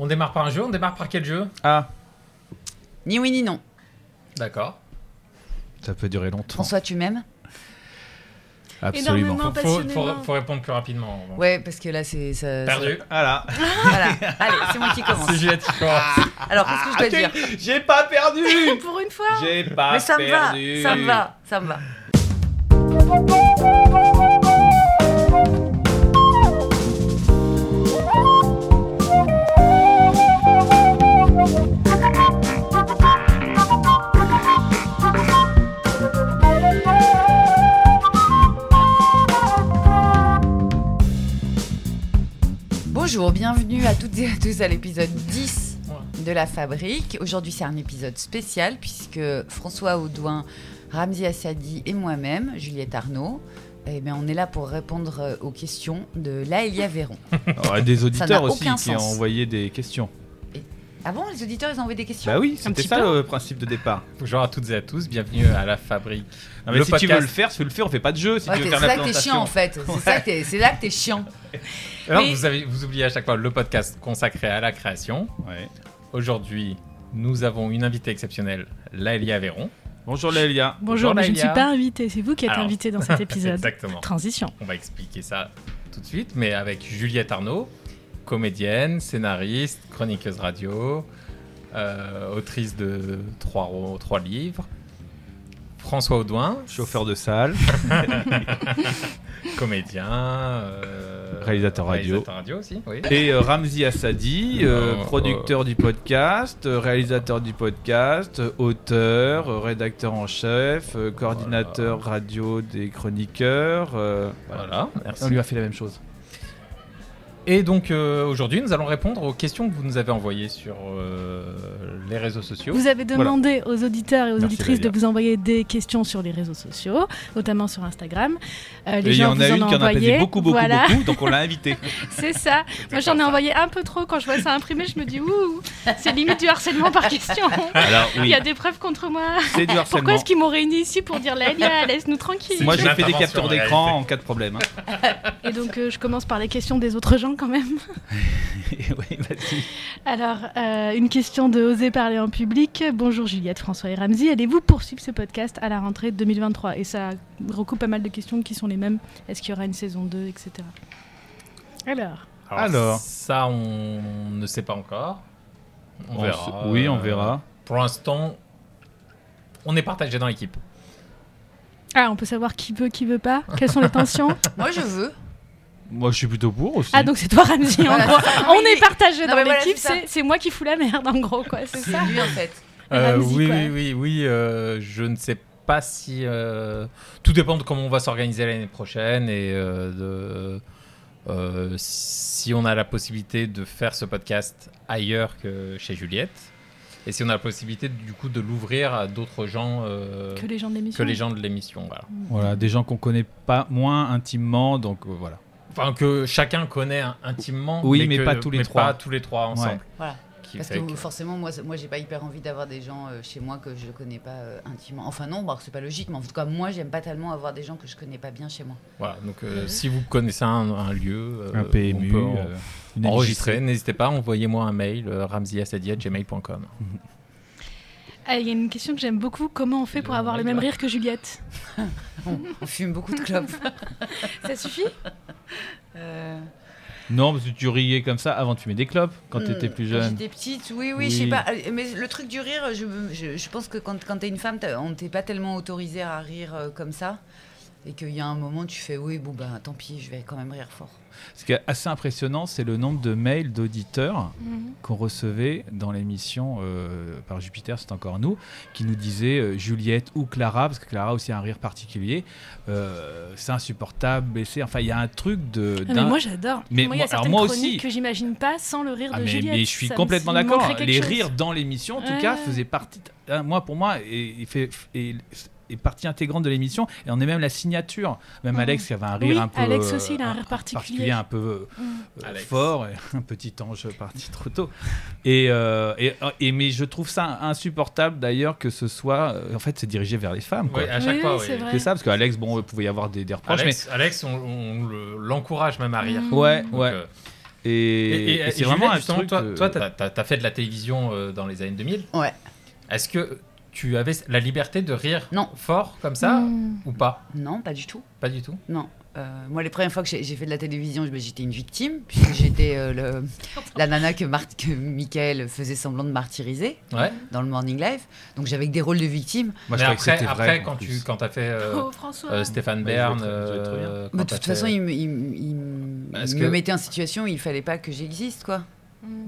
On démarre par un jeu, on démarre par quel jeu Ah, Ni oui ni non. D'accord. ça peut durer longtemps. François, tu m'aimes Absolument. Énormément. Faut, Passionnément. faut- faut répondre plus rapidement. Bon. Ouais, parce que là, c'est. ça- ça- Perdu. Voilà. Voilà. Allez, c'est moi qui commence. C'est Juliette qui commence. Alors, qu'est-ce que je dois dire Ah, J'ai pas perdu Pour une fois J'ai pas Mais ça me va, perdu. ça me va, ça me va. Bonjour, bienvenue à toutes et à tous à l'épisode 10 de la fabrique. Aujourd'hui, c'est un épisode spécial puisque François Audouin, Ramzi Assadi et moi-même, Juliette Arnaud, eh bien, on est là pour répondre euh, aux questions de Laëlia Véron. Ouais, des auditeurs aussi aucun qui sens. ont envoyé des questions. Ah bon, les auditeurs, ils ont envoyé des questions Bah oui, c'était ça le principe de départ. Bonjour à toutes et à tous, bienvenue à la fabrique. Non, mais Le si tu podcast. veux le faire, si tu veux le faire, on fait pas de jeu. Si Ouais, tu veux c'est faire la ça que t'es présentation. chiant en fait. C'est ça que t'es- c'est là que t'es chiant. Alors, Mais- vous, avez, vous oubliez à chaque fois le podcast consacré à la création. Ouais. Aujourd'hui, nous avons une invitée exceptionnelle, Laëlia Véron. Bonjour Lélia. Bonjour, Bonjour, mais je ne Maïlia. suis pas invitée, c'est vous qui êtes Alors. invitée dans cet épisode. Exactement. Transition. On va expliquer ça tout de suite, mais avec Juliette Arnaud, comédienne, scénariste, chroniqueuse radio, euh, autrice de trois, ro- trois livres. François Audouin, Chauffeur de salle. comédien, euh, Réalisateur radio. réalisateur radio aussi, oui. Et euh, Ramzi Assadi, euh, Non, producteur du podcast, euh, réalisateur du podcast, euh, auteur, euh, rédacteur en chef, euh, coordinateur radio des chroniqueurs. euh, voilà. Voilà, merci. On lui a fait la même chose. Et donc euh, aujourd'hui, nous allons répondre aux questions que vous nous avez envoyées sur euh, les réseaux sociaux. Vous avez Voilà. demandé aux auditeurs et aux Merci, auditrices de Valérie. vous envoyer des questions sur les réseaux sociaux, notamment sur Instagram. Euh, Et les il y gens en vous a une en ont qui en a envoyé. pesé beaucoup, beaucoup, voilà, beaucoup, donc on l'a invité. c'est ça. Moi, j'en ai envoyé un peu trop. Quand je vois ça imprimé, je me dis ouh, c'est limite du harcèlement par question. Alors Il y oui, a des preuves contre moi. c'est du Pourquoi harcèlement. est-ce qu'ils m'ont réunis ici pour dire Laëlia, laisse-nous tranquille Moi C'est j'ai une fait des intervention, en captures réalité. d'écran en cas de problème. hein. Et donc, euh, je commence par les questions des autres gens quand même. oui, vas-y. Alors, euh, une question de Oser parler en public. Bonjour Juliette, François et Ramzi. Allez-vous poursuivre ce podcast à la rentrée 2023 Et ça recoupe pas mal de questions qui sont les mêmes. Est-ce qu'il y aura une saison 2, etc. Alors, Alors. ça, on ne sait pas encore. On On verra. se- Oui, on Euh, verra. Pour l'instant, on est partagé dans l'équipe. ah, on peut savoir qui veut, qui veut pas Quelles sont les tensions Moi je veux. Moi je suis plutôt pour aussi. Ah, donc c'est toi Ramzi, en Voilà, gros. c'est ça. On Oui, est partagé Non, dans mais voilà, l'équipe, c'est ça. c'est- c'est moi qui fous la merde, en gros, quoi. C'est C'est ça lui en fait. Euh, Ramsey, oui, quoi. oui, oui, oui, euh, je ne sais pas si. euh, tout dépend de comment on va s'organiser l'année prochaine et euh, de, euh, si on a la possibilité de faire ce podcast ailleurs que chez Juliette. Et si on a la possibilité du coup de l'ouvrir à d'autres gens euh, Que les gens de l'émission. que les gens de l'émission. Voilà. Voilà, des gens qu'on connaît pas moins intimement, donc euh, voilà. Enfin, que chacun connaît un- intimement. Oui, mais que- pas tous les trois. pas tous les trois ensemble. Ouais. Voilà. Qui Parce fait que que- forcément, moi, c'est- moi j'ai pas hyper envie d'avoir des gens euh, chez moi que je connais pas euh, intimement. Enfin, non, bah, c'est pas logique, mais en tout cas, moi j'aime pas tellement avoir des gens que je connais pas bien chez moi. Voilà, donc euh, si vous connaissez un, un lieu, euh, Un PMU, on peut en- euh, une enregistrer, n'hésitez pas, envoyez-moi un mail, euh, ramziassadi@gmail.com. Ah, Il y a une question que j'aime beaucoup. Comment on fait pour avoir le même rire que Juliette On fume beaucoup de clopes. Ça suffit Euh, Non, parce que tu riais comme ça avant de fumer des clopes quand Hmm, t'étais plus jeune. J'étais petite, oui, oui, Oui. je sais pas. euh, Mais le truc du rire, je, je, je pense que quand, quand t'es une femme, t'as- on t'est pas tellement autorisé à rire euh, comme ça. Et qu'il y a un moment, tu fais oui, bon, bah tant pis, je vais quand même rire fort. Ce qui est assez impressionnant, c'est le nombre de mails d'auditeurs qu'on recevait dans l'émission euh, par Jupiter, c'est encore nous, qui nous disaient euh, Juliette ou Clara, parce que Clara aussi a un rire particulier, euh, c'est insupportable, blessé. Enfin, il y a un truc de. Ah, mais d'un- moi j'adore. Mais moi, il y moi- a alors certaines moi chroniques aussi. que j'imagine pas sans le rire Ah, de mais, Juliette. mais je suis Ça me- complètement il me d'accord. hein. manquerait quelque Les chose. rires dans l'émission, en tout Ouais. cas, faisaient partie. euh, Moi, pour moi, et, et fait, et- et partie intégrante de l'émission. Et on est même la signature. Même Mhm. Alex qui avait un rire Oui, un peu. euh, Alex aussi, il a un rire particulier. un peu euh, Mm. euh, Alex. fort, et un petit ange parti trop tôt. Et, euh, et, et- mais je trouve ça insupportable d'ailleurs que ce soit. euh, En fait, c'est dirigé vers les femmes. quoi. Ouais, à Oui, chaque oui, fois, oui. c'est vrai. C'est ça, parce qu'Alex, bon, il pouvait y avoir des, des reproches, Alex, Alex, on, on le- l'encourage même à rire. Mm. mais. Ouais, Donc, ouais. euh, Et, et, et- et et c'est Juliette, vraiment un justement, truc. Toi, euh, toi, t'as- t'as t'as fait de la télévision euh, dans les années 2000. Ouais. Est-ce que tu avais la liberté de rire Non. fort comme ça Mm. ou pas Non, pas du tout. Pas du tout. Non. Euh, moi, les premières fois que j'ai j'ai fait de la télévision, je- ben, j'étais une victime, puisque j'étais euh, le- la nana que, Mar- que Michael faisait semblant de martyriser Ouais. dans le Morning Live. Donc j'avais que des rôles de victime. moi, je Mais croyais que après, c'était après, vrai, en quand tu plus. quand as fait euh, Oh, François. euh, Stéphane Mais je vais Bern, très- je vais très bien. euh, quand Mais de t'as toute fait- façon, il, me- il me- il me- Parce il que- me mettait en situation où il fallait pas que j'existe, quoi.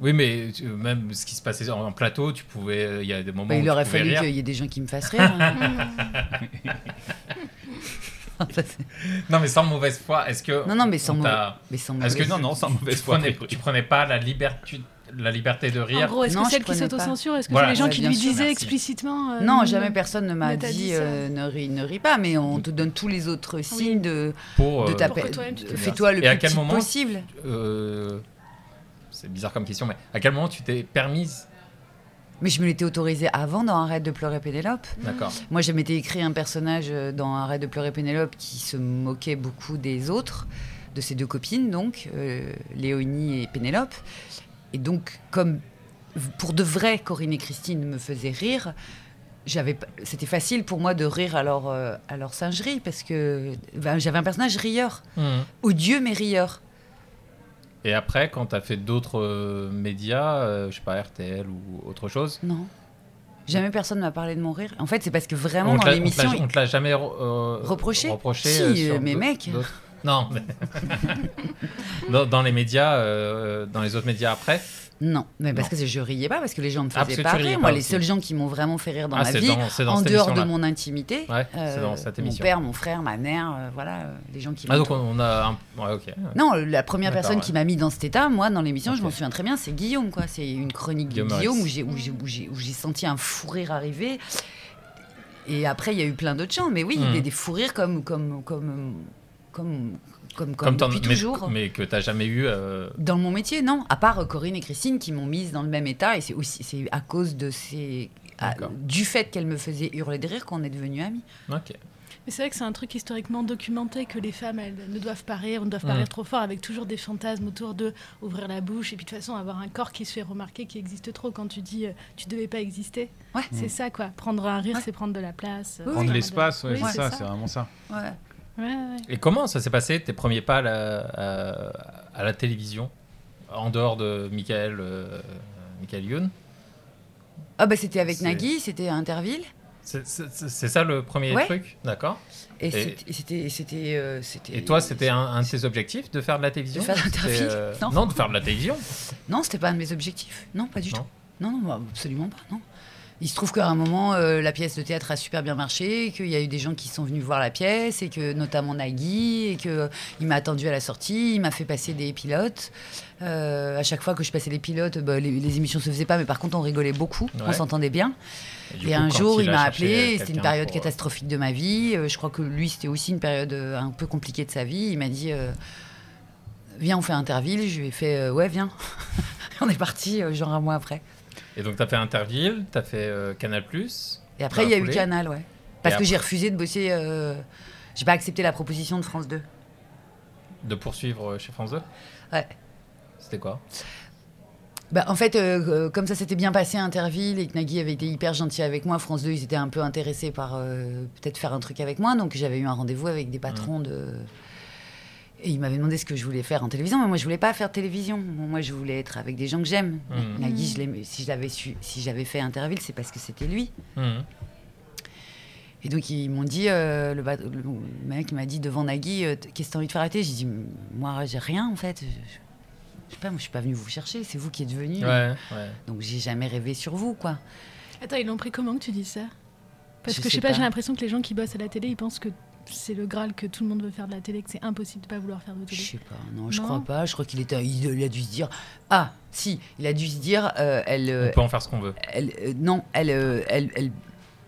Oui, mais tu- même ce qui se passait en, en plateau, tu pouvais. euh, Il y a des moments Bah, où il tu aurait pouvais fallu rire. qu'il y ait des gens qui me fassent rire. hein. Ça, c'est- Non, mais sans mauvaise foi, est-ce que non, non, mais sans on t'a- mauvais- Mais sans Est-ce que mauvais- non, non, sans tu mauvaise foi, prenais, après. tu prenais pas la liberté, la liberté de En rire gros, est-ce Non, que je celle qui connais pas. s'autocensure, est-ce que Voilà. c'est les gens Ouais, qui bien lui sûr, disaient merci. explicitement euh, Non, jamais personne ne m'a Ne t'a dit, dit ça. euh, ne, ris, ne ris pas, mais on te donne tous les autres signes de, pour de euh, ta Pour que pe- toi-même, tu te Fais-toi le Et à plus quel petit moment possible. euh, c'est bizarre comme question, mais à quel moment tu t'es permise Mais je me l'étais autorisé avant dans Arrête de pleurer Pénélope. D'accord. Moi, je m'étais écrit un personnage euh, dans Arrête de pleurer Pénélope qui se moquait beaucoup des autres, de ses deux copines, donc, euh, Léonie et Pénélope. Et donc, comme v- pour de vrai, Corinne et Christine me faisaient rire, j'avais, p- c'était facile pour moi de rire à leur, euh, à leur singerie parce que ben, j'avais un personnage rieur, odieux mais rieur. Mmh. Et après, quand t'as fait d'autres euh, médias, euh, je sais pas RTL ou autre chose, Non. Jamais personne ne m'a parlé de mon rire. En fait, c'est parce que vraiment, on dans te l'a- on te l'émission, l'a- on te l'a jamais euh, Reproché reproché Si, euh, sur euh, mais d'autres- mec. d'autres- Non. mais- dans, dans les médias, euh, dans les autres médias après. Non, mais parce Non. que c'est- je riais pas, parce que les gens me Ah, parce faisaient que pas tu riais rire. pas Moi, les aussi. seuls gens qui m'ont vraiment fait rire dans Ah, la c'est vie, dans- c'est dans en cette dehors de émission-là. mon intimité, euh, Ouais, c'est dans cette mon émission. père, mon frère, ma mère, euh, voilà, euh, les gens qui Ah m'ont- donc on, on a un. Ouais, ok. Non, la première D'accord, personne qui ouais. m'a mis dans cet état, moi, dans l'émission, je Ok. m'en souviens très bien, c'est Guillaume, quoi. C'est une chronique de Guillaume Meurice. Guillaume où j'ai- où j'ai- où j'ai où j'ai senti un fou rire arriver. Et après, il y a eu plein d'autres gens, mais oui, Mhm. des, des fous rires comme. comme, comme, comme comme, comme, Comme t'en- depuis mais, toujours. mais que t'as jamais eu. euh, Dans mon métier, non. À part euh, Corinne et Christine qui m'ont mise dans le même état. Et c'est aussi c'est à cause de ces. à- D'accord. du fait qu'elles me faisaient hurler de rire qu'on est devenus amis. Ok. Mais c'est vrai que c'est un truc historiquement documenté que les femmes elles ne doivent pas rire, ou ne doivent pas Hmm. Mm. rire trop fort, avec toujours des fantasmes autour de ouvrir la bouche et puis de toute façon avoir un corps qui se fait remarquer, qui existe trop quand tu dis euh, tu devais pas exister. Ouais. C'est ça quoi, prendre un rire, c'est prendre de la place. Prendre euh, c'est Hmm. Prendre de- l'espace, ouais, Oui, c'est ça, c'est vraiment ça. Ouais. Ouais, ouais. Et comment ça s'est passé tes premiers pas à la, à- à la télévision en dehors de Michael, euh, Michael Youn Ah bah c'était avec C'est- Nagui, c'était à Interville. C'est c'est- c'est ça le premier Ouais. truc, d'accord. Et, Et- c'était- et c'était. et c'était, euh, c'était- Et toi, c'était un, un de tes objectifs de faire de la télévision De faire de la C'était, euh, télévision Non. de faire de la télévision. Non, c'était pas un de mes objectifs. Non, pas du Non. tout. Non, non, bah, absolument pas. Non. Il se trouve qu'à un moment, euh, la pièce de théâtre a super bien marché, qu'il y a eu des gens qui sont venus voir la pièce, et que notamment Nagui, et que euh, il m'a attendu à la sortie, il m'a fait passer des pilotes. Euh, à chaque fois que je passais les pilotes, bah, les, les émissions se faisaient pas, mais par contre, on rigolait beaucoup, on Ouais. s'entendait bien. du Et coup, un quand jour, il, a m'a cherché appelé. quelqu'un C'était une période pour- euh, catastrophique de ma vie. Euh, Je crois que lui, c'était aussi une période euh, un peu compliquée de sa vie. Il m'a dit euh, Viens, on fait Interville. Je lui ai fait euh, Ouais, viens. on est parti, euh, genre un mois après. Et donc, t'as fait Interville, t'as fait euh, Canal Plus. Et après, il y a eu foulée. Canal, ouais. Parce que après- j'ai refusé de bosser. euh, j'ai pas accepté la proposition de France 2. De poursuivre euh, chez France 2 Ouais. C'était quoi Bah, en fait, euh, euh, comme ça s'était bien passé à Interville et que Nagui avait été hyper gentil avec moi, France 2, ils étaient un peu intéressés par euh, peut-être faire un truc avec moi. Donc j'avais eu un rendez-vous avec des patrons de. Et il m'avait demandé ce que je voulais faire en télévision, mais moi je voulais pas faire de télévision. Moi je voulais être avec des gens que j'aime. Mhm. Nagui, je l'aimais. si je l'avais su, si j'avais fait Interville, c'est parce que c'était lui. Mhm. Et donc ils m'ont dit, euh, le, bat- le mec m'a dit devant Nagui, euh, qu'est-ce que t'as envie de faire arrêter J'ai dit, moi j'ai rien en fait. Je, je sais pas, moi je suis pas venue vous chercher, c'est vous qui êtes venu. Ouais, ouais. Donc j'ai jamais rêvé sur vous quoi. Attends, ils l'ont pris comment que tu dis ça Parce Je que je sais sais pas, pas. j'ai l'impression que les gens qui bossent à la télé, ils pensent que c'est le Graal que tout le monde veut faire de la télé, que c'est impossible de pas vouloir faire de Je télé. sais pas, non, je Non. crois pas. Je crois qu'il était, il, il a dû se dire, ah si, il a dû se dire, euh, elle, euh, On peut en faire ce qu'on veut. elle, euh, non, elle, euh, elle, elle-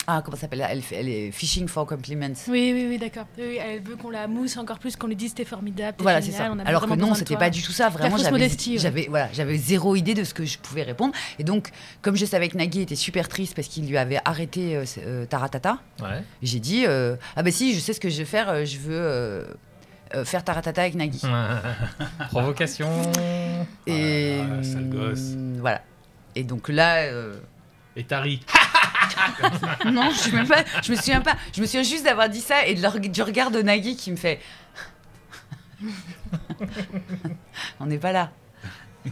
ah comment ça s'appelle elle, fait- elle est fishing for compliments. Oui, oui, oui, d'accord. Oui, oui, elle veut qu'on la mousse encore plus, qu'on lui dise t'es formidable. t'es Voilà, c'est génial, ça. on a Alors que vraiment non, besoin de c'était toi. pas du tout ça. Vraiment, fausse j'avais, modestie, ouais. j'avais, voilà, j'avais zéro idée de ce que je pouvais répondre. Et donc, comme je savais que Nagui était super triste parce qu'il lui avait arrêté euh, ce- euh, Taratata, Ouais. j'ai dit euh, ah ben si, je sais ce que je vais faire. euh, Je veux euh, euh, faire Taratata avec Nagui. Provocation. Et Ah là là, sale gosse. euh, voilà. Et donc là, euh, Et Tari. non, je, suis même pas, je me souviens pas. Je me souviens juste d'avoir dit ça et de leur- du regard de Nagui qui me fait. on n'est pas là.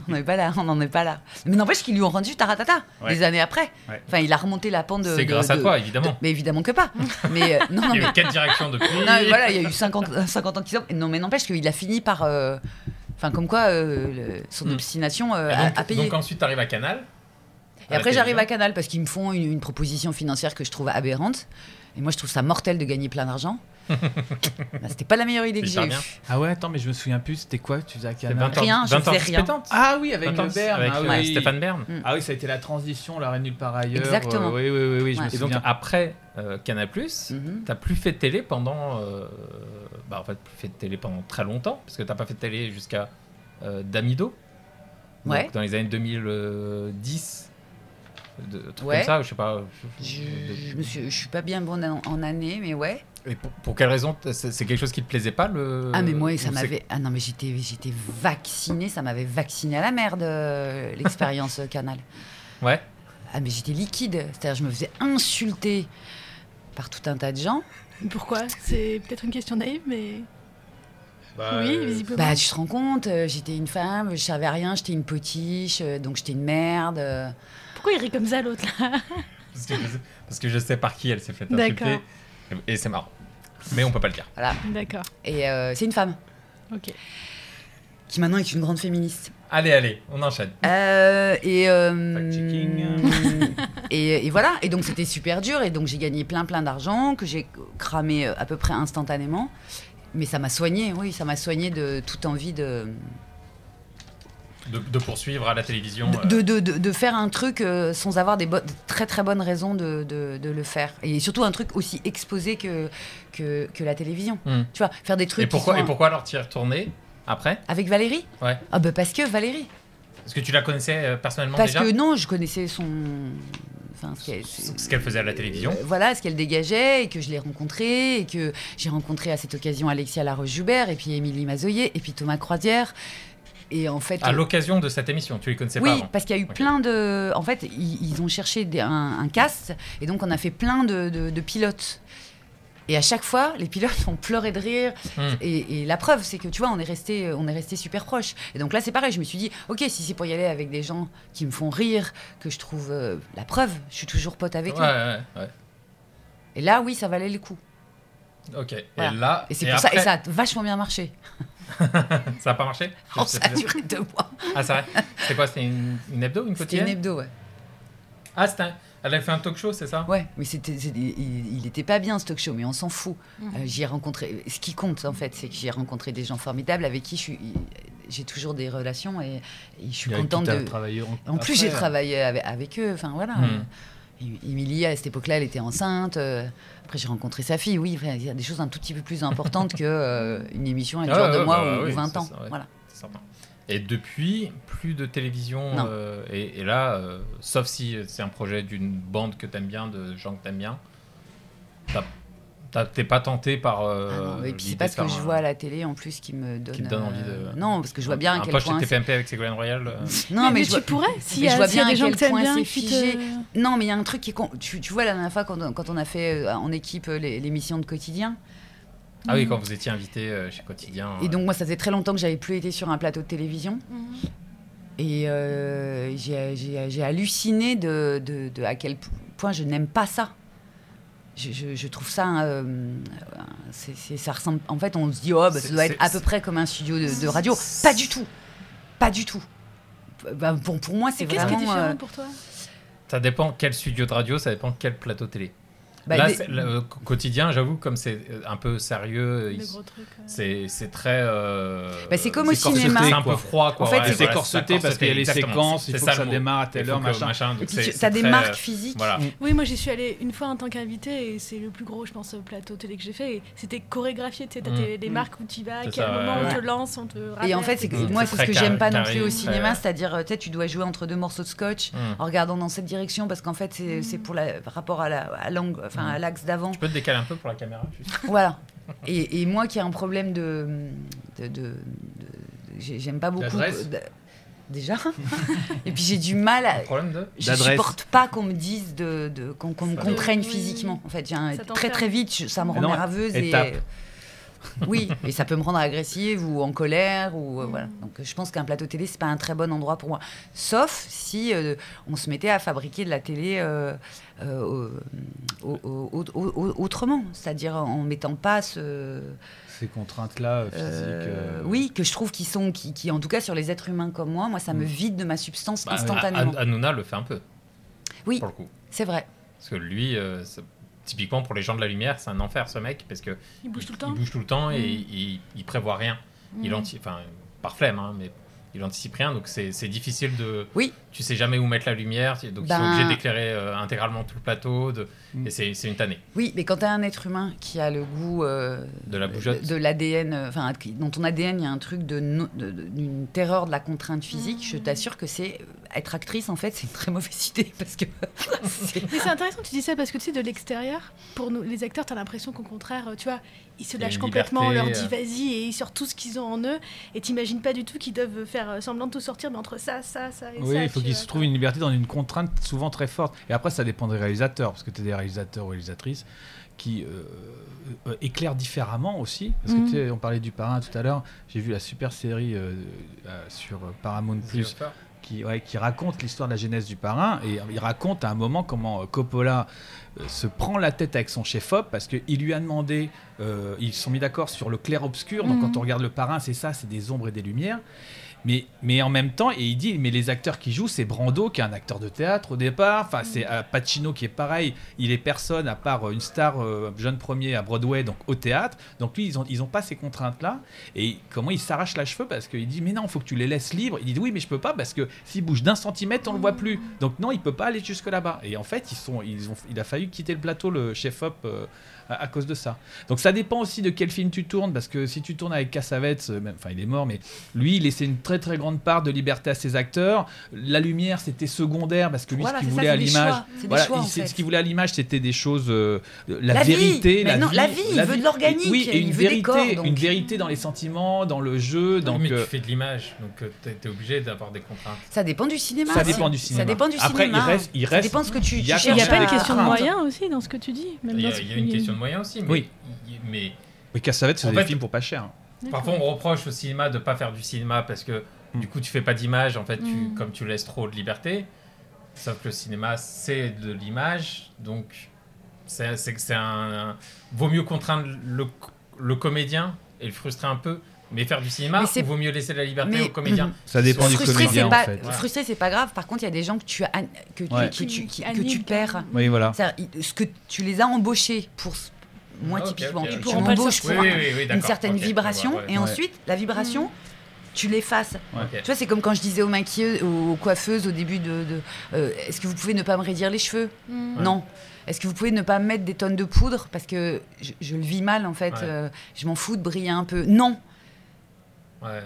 On n'est pas là, on n'en est pas là. Mais n'empêche qu'ils lui ont rendu Taratata Ouais. des années après. Ouais. Enfin, il a remonté la pente de. C'est de- grâce à de- toi, évidemment. Mais évidemment que pas. Mais euh, non, non, Il y mais, a eu quatre directions depuis. non, mais voilà, il y a eu 50, 50 ans qui sont. Non, mais n'empêche qu'il a fini par. euh, Enfin, comme quoi, euh, le- son Mm. obstination euh, Et a, donc, a payé. donc ensuite, t'arrives à Canal. Et après, j'arrive à Canal parce qu'ils me font une, une proposition financière que je trouve aberrante. Et moi, je trouve ça mortel de gagner plein d'argent. Bah, C'était pas la meilleure idée que Super j'ai eue. bien. Ah ouais, attends, mais je me souviens plus, c'était quoi Tu faisais à C'était Canal 20 ans, Rien, je 20 ans faisais de rien. pétante. Ah oui, avec 20 ans de- Berne. avec, euh, ah, ouais, oui. Stéphane Bern. Ah oui, ça a été la transition, la reine nulle part ailleurs. Exactement. Euh, oui, oui, oui, oui, je Ouais. me Et donc souviens. Mm. après euh, Canal+, Plus Mhm. t'as plus fait de télé pendant, euh, bah en fait plus fait de télé pendant très longtemps parce que t'as pas fait de télé jusqu'à euh, Damido. Donc, Ouais. dans les années 2010, de, un truc Ouais. comme ça, je sais pas. je- Je, de- je me suis, je suis pas bien bonne en, en année, mais ouais. Et pour, pour quelle raison t- C'est c'est quelque chose qui te plaisait pas le ah, mais moi, ça ou c'est- m'avait. Ah non, mais j'étais j'étais vaccinée, ça m'avait vaccinée à la merde, euh, l'expérience euh, Canal. Ouais. Ah, mais j'étais liquide. C'est-à-dire, je me faisais insulter par tout un tas de gens. Pourquoi C'est peut-être une question naïve, mais Bah, oui, euh, visiblement. Bah, tu te rends compte, euh, j'étais une femme, je savais rien, j'étais une potiche, euh, donc j'étais une merde. euh. Pourquoi il rit comme ça l'autre là Parce que, je sais, parce que je sais par qui elle s'est fait D'accord. insulter. Et c'est marrant. Mais on peut pas le dire. D'accord, Et euh, c'est une femme. ok. qui maintenant est une grande féministe. Allez, allez, on enchaîne. Euh, et, euh, Fact-checking. et, et voilà, et donc c'était super dur, et donc j'ai gagné plein plein d'argent, que j'ai cramé euh, à peu près instantanément, mais ça m'a soigné, oui, ça m'a soigné de toute envie de, De, de poursuivre à la télévision. euh, de, de, de- de faire un truc euh, sans avoir des, bonnes- de très très bonnes raisons de, de- de le faire, et surtout un truc aussi exposé que, que, que la télévision. Hmm. Tu vois, faire des trucs Et pourquoi, qui et sont- pourquoi alors t'y es retourné après avec Valérie Ouais. Ah bah parce que Valérie. Parce que tu la connaissais euh, personnellement Parce déjà que non, je connaissais son... Enfin, ce qu'elle- Ce qu'elle faisait à la télévision. Euh, voilà ce qu'elle dégageait et que je l'ai rencontrée et que j'ai rencontré à cette occasion Alexia Laroche-Joubert et puis Émilie Mazoyer et puis Thomas Croisière. Et en fait. À l'occasion de cette émission, tu les connaissais pas oui, avant. parce qu'il y a eu Ok. plein de. En fait, ils, ils ont cherché des- un, un cast et donc on a fait plein de, de- de pilotes. Et à chaque fois, les pilotes ont pleuré de rire. Hmm. Et, et la preuve, c'est que tu vois, on est resté, on est resté super proches. Et donc là, c'est pareil. Je me suis dit, ok, si c'est pour y aller avec des gens qui me font rire, que je trouve euh, la preuve, je suis toujours pote avec eux. ouais, ouais, ouais. Et là, oui, ça valait le coup. Ok. Voilà. Et là, Et c'est pour ça, après, et ça a vachement bien marché. ça a pas marché Oh, ça a duré deux mois. Ah, c'est vrai C'est quoi C'était une, une hebdo C'était Une une quotidienne hebdo, ouais. Ah, c'était un- elle avait fait un talk show, c'est ça Ouais, mais c'était, c'était- il, il était pas bien ce talk show, mais on s'en fout. Euh, j'y ai rencontré. Ce qui compte en fait, c'est que j'y ai rencontré des gens formidables avec qui je suis, j'ai toujours des relations et, et je suis contente de. En plus, j'ai euh, travaillé avec, avec eux. Enfin voilà. Hmm. Et- Émilie, à cette époque-là, elle était enceinte. euh, Après, j'ai rencontré sa fille. Oui, enfin, il y a des choses un tout petit peu plus importantes que euh, une émission avec Ah genre ouais, de ouais, mois bah ou oui, 20 c'est ans. ça, ouais. Voilà. C'est certain. euh, Et depuis, plus de télévision. Non. euh, et, et là, euh, sauf si euh, c'est un projet d'une bande que t'aimes bien, de gens que t'aimes bien, t'as- t'as- t'es pas tenté par. euh, Ah non, et puis c'est l'idée pas de ce que faire je un- vois à la télé en plus qui me donne, Qui te donne euh, envie de. Ah, Non, parce que je vois bien un à quel poche point. c'est- TPMP avec Ségolène Royal. euh, Non, mais, mais, je tu vois- pourrais, s'il mais y je a, vois s'il y a bien à des gens quel que t'aimes point bien, c'est qui te- figé. Non, mais il y a un truc qui est con. Tu, tu vois, la dernière fois, quand on, quand on a fait euh, en équipe euh, les- l'émission de quotidien, Ah oui, quand vous étiez invité euh, chez Quotidien. Et euh, donc moi, ça faisait très longtemps que j'avais plus été sur un plateau de télévision. Mhm. Et euh, j'ai- j'ai j'ai halluciné de, de- de à quel p- point je n'aime pas ça. Je, je- je trouve ça, euh, c'est- c'est- ça ressemble. En fait, on se dit oh, bah, ça C'est- doit être c'est- à peu près comme un studio de, de radio. Pas du tout, pas du tout. Bah, bon, pour moi, c'est Et qu'est-ce vraiment. qui est différent euh, pour toi Ça dépend quel studio de radio, ça dépend quel plateau télé. bah, Là, des- c'est- le euh, qu- quotidien, j'avoue, comme c'est euh, un peu sérieux, euh, Le ils- gros truc. euh. c'est c'est très. euh, Bah, c'est comme au corseté, cinéma. C'est un peu quoi. froid, quoi. En fait, ouais, c'est- c'est voilà, corseté parce qu'il y a les exactement, séquences, c'est- il c'est faut ça que ça le mot. démarre à Il telle faut heure, que machin. donc et puis c'est- tu- c'est t'as des très, marques euh, physiques. Voilà. Oui, moi j'y suis allée une fois en tant qu'invitée et c'est le plus gros, je pense, plateau télé que j'ai fait. Et c'était chorégraphié, tu sais, t'as Mm. tes- les Mm. marques où tu vas, à C'est quel ça, moment ouais. on te lance, on te rappelle. Et en fait, c'est que Mmh. moi, C'est c'est ce très que j'aime pas non carré, plus au très- cinéma, c'est-à-dire, euh, tu sais, tu dois jouer entre deux morceaux de scotch Hmm. en regardant dans cette direction parce qu'en fait, c'est c'est pour la par rapport à la à l'angle- enfin Mm. à l'axe d'avant. Tu peux te décaler un peu pour la caméra juste Voilà. Et, et moi qui ai un problème de. de, de- de- j'ai- J'aime pas beaucoup. D'adresse de- Déjà. Et puis j'ai du mal à. Un Problème de. Je D'adresse. supporte pas qu'on me dise de, de- qu'on qu'on me Ça- contraigne Oui. physiquement. En fait, j'ai un- Ça t'enferme. très très vite, je- ça me rend Mais non, nerveuse elle et tape. oui, et ça peut me rendre agressive ou en colère ou euh, voilà. Donc je pense qu'un plateau télé c'est pas un très bon endroit pour moi. Sauf si euh, on se mettait à fabriquer de la télé euh, euh, au- au- au- au- autrement, c'est-à-dire en mettant pas ce Ces contraintes-là euh, physiques. euh, euh, oui, que je trouve qui sont, qui, qui, en tout cas sur les êtres humains comme moi, moi ça Mm. me vide de ma substance Bah, instantanément. An- Hanouna le fait un peu. Oui. Pour le coup. c'est vrai. Parce que lui, euh, c'est- typiquement pour les gens de la lumière, c'est un enfer ce mec parce que Il bouge tout le Il temps. bouge tout le temps et Mm. il, il prévoit rien. Il anti enfin, par flemme, hein, mais il anticipe rien, donc c'est c'est difficile de. Oui. Tu sais jamais où mettre la lumière, tu- donc ils sont Ben- obligés d'éclairer euh, intégralement tout le plateau, de, Bah. Mm. et c'est c'est une tannée Oui, mais quand tu as un être humain qui a le goût euh, de la bougeotte. de, de l'ADN, euh, enfin qui- dans ton ADN il y a un truc de no- de- de- d'une terreur de la contrainte physique, je t'assure que c'est euh, être actrice en fait c'est une très mauvaise idée parce que c'est- Mais c'est intéressant que tu dis ça parce que tu sais, de l'extérieur, pour nous, les acteurs, t'as l'impression qu'au contraire, euh, tu vois, ils se Il y a lâchent une complètement, on leur liberté, dit euh. vas-y et ils sortent tout ce qu'ils ont en eux. Et t'imagines pas du tout qu'ils doivent faire euh, semblant de tout sortir, mais entre ça, ça, ça et ça. Oui, il faut tu qu'il vois, se trouve une liberté dans une contrainte souvent très forte. Et après, ça dépend des réalisateurs, parce que tu as des réalisateurs ou réalisatrices qui euh, euh, éclairent différemment aussi. Parce que Mhm. tu sais, on parlait du parrain tout à l'heure. J'ai vu la super série euh, euh, sur euh, Paramount Plus qui, ouais, qui raconte l'histoire de la genèse du parrain. Et euh, il raconte à un moment comment euh, Coppola euh, se prend la tête avec son chef-op parce qu'il lui a demandé, euh, ils se sont mis d'accord sur le clair-obscur. Donc Mhm. quand on regarde le parrain, c'est ça, c'est des ombres et des lumières. Mais, mais en même temps, et il dit, mais les acteurs qui jouent, c'est Brando qui est un acteur de théâtre au départ, enfin c'est euh, Pacino qui est pareil, il est personne à part euh, une star euh, jeune premier à Broadway, donc au théâtre. Donc lui, ils ont, ils ont pas ces contraintes-là. Et comment il s'arrache la cheveux parce qu'il dit mais non, faut que tu les laisses libres. Il dit oui, mais je peux pas parce que s'il bouge d'un centimètre, on le voit plus. Donc non, il peut pas aller jusque là-bas. Et en fait, ils sont, ils ont, il a fallu quitter le plateau le chef op euh, à, à cause de ça. Donc ça dépend aussi de quel film tu tournes parce que si tu tournes avec Cassavetes, euh, même- enfin il est mort, mais lui il laissait une très très grande part de liberté à ses acteurs. La lumière c'était secondaire parce que lui voilà, ce c'est qu'il ça, voulait c'est à des l'image. choix, c'est des Voilà, choix, il- en c'est- fait. ce qu'il voulait à l'image, c'était des choses, euh, euh, la, La vie, vérité, mais non, la vie, il veut de l'organique, et- oui, et il une veut des vérité, corps, donc. une vérité dans les sentiments, dans le jeu, Donc, donc mais euh, tu fais de l'image, donc euh, t'es t'es obligé d'avoir des contraintes. ça dépend du cinéma. ça dépend du Ça cinéma. dépend du Après, cinéma. il reste, il Ça reste. dépend de ce que tu, il tu y a cherches. Il n'y a pas à- une question de à- moyens aussi dans ce que tu dis. même Il y, dans a ce il y a qu'il une dit. question de moyens aussi, mais, Oui. il- mais Mais Cassavetes, c'est En des fait- films pour pas cher. D'accord. Parfois, on reproche au cinéma de pas faire du cinéma parce que du coup, tu fais pas d'image. En fait, tu, Hmm. comme tu laisses trop de liberté. Sauf que le cinéma, c'est de l'image, donc c'est c'est que c'est un, Vaut mieux contraindre le, le comédien et le frustrer un peu, mais faire du cinéma, Mais c'est- ou vaut mieux laisser la liberté Mais- au comédien. Ça dépend du Frustré, comédien c'est en pas, fait. Ouais. frustré, c'est pas grave. Par contre, il y a des gens que tu, an- que tu, Ouais. que tu, qui- que Anime, tu quand perds. même. Oui, voilà. C'est-à-dire, il- ce que tu les as embauchés pour ce- moi Ah, ok, typiquement, ok, tu ok. Ils pourront pas le m'embauches pour Oui, un- oui, oui, oui, une d'accord, certaine ok, je vois, vibration ouais. et Ouais. ensuite la vibration tu l'effaces. Ouais. Tu vois, c'est comme quand je disais aux maquilleuses, aux coiffeuses au début de, de, euh, est-ce que vous pouvez ne pas me raidir les cheveux Mm. Ouais. Non. Est-ce que vous pouvez ne pas me mettre des tonnes de poudre parce que je, je le vis mal en fait, Ouais. euh, je m'en fous de briller un peu. Non. Ouais.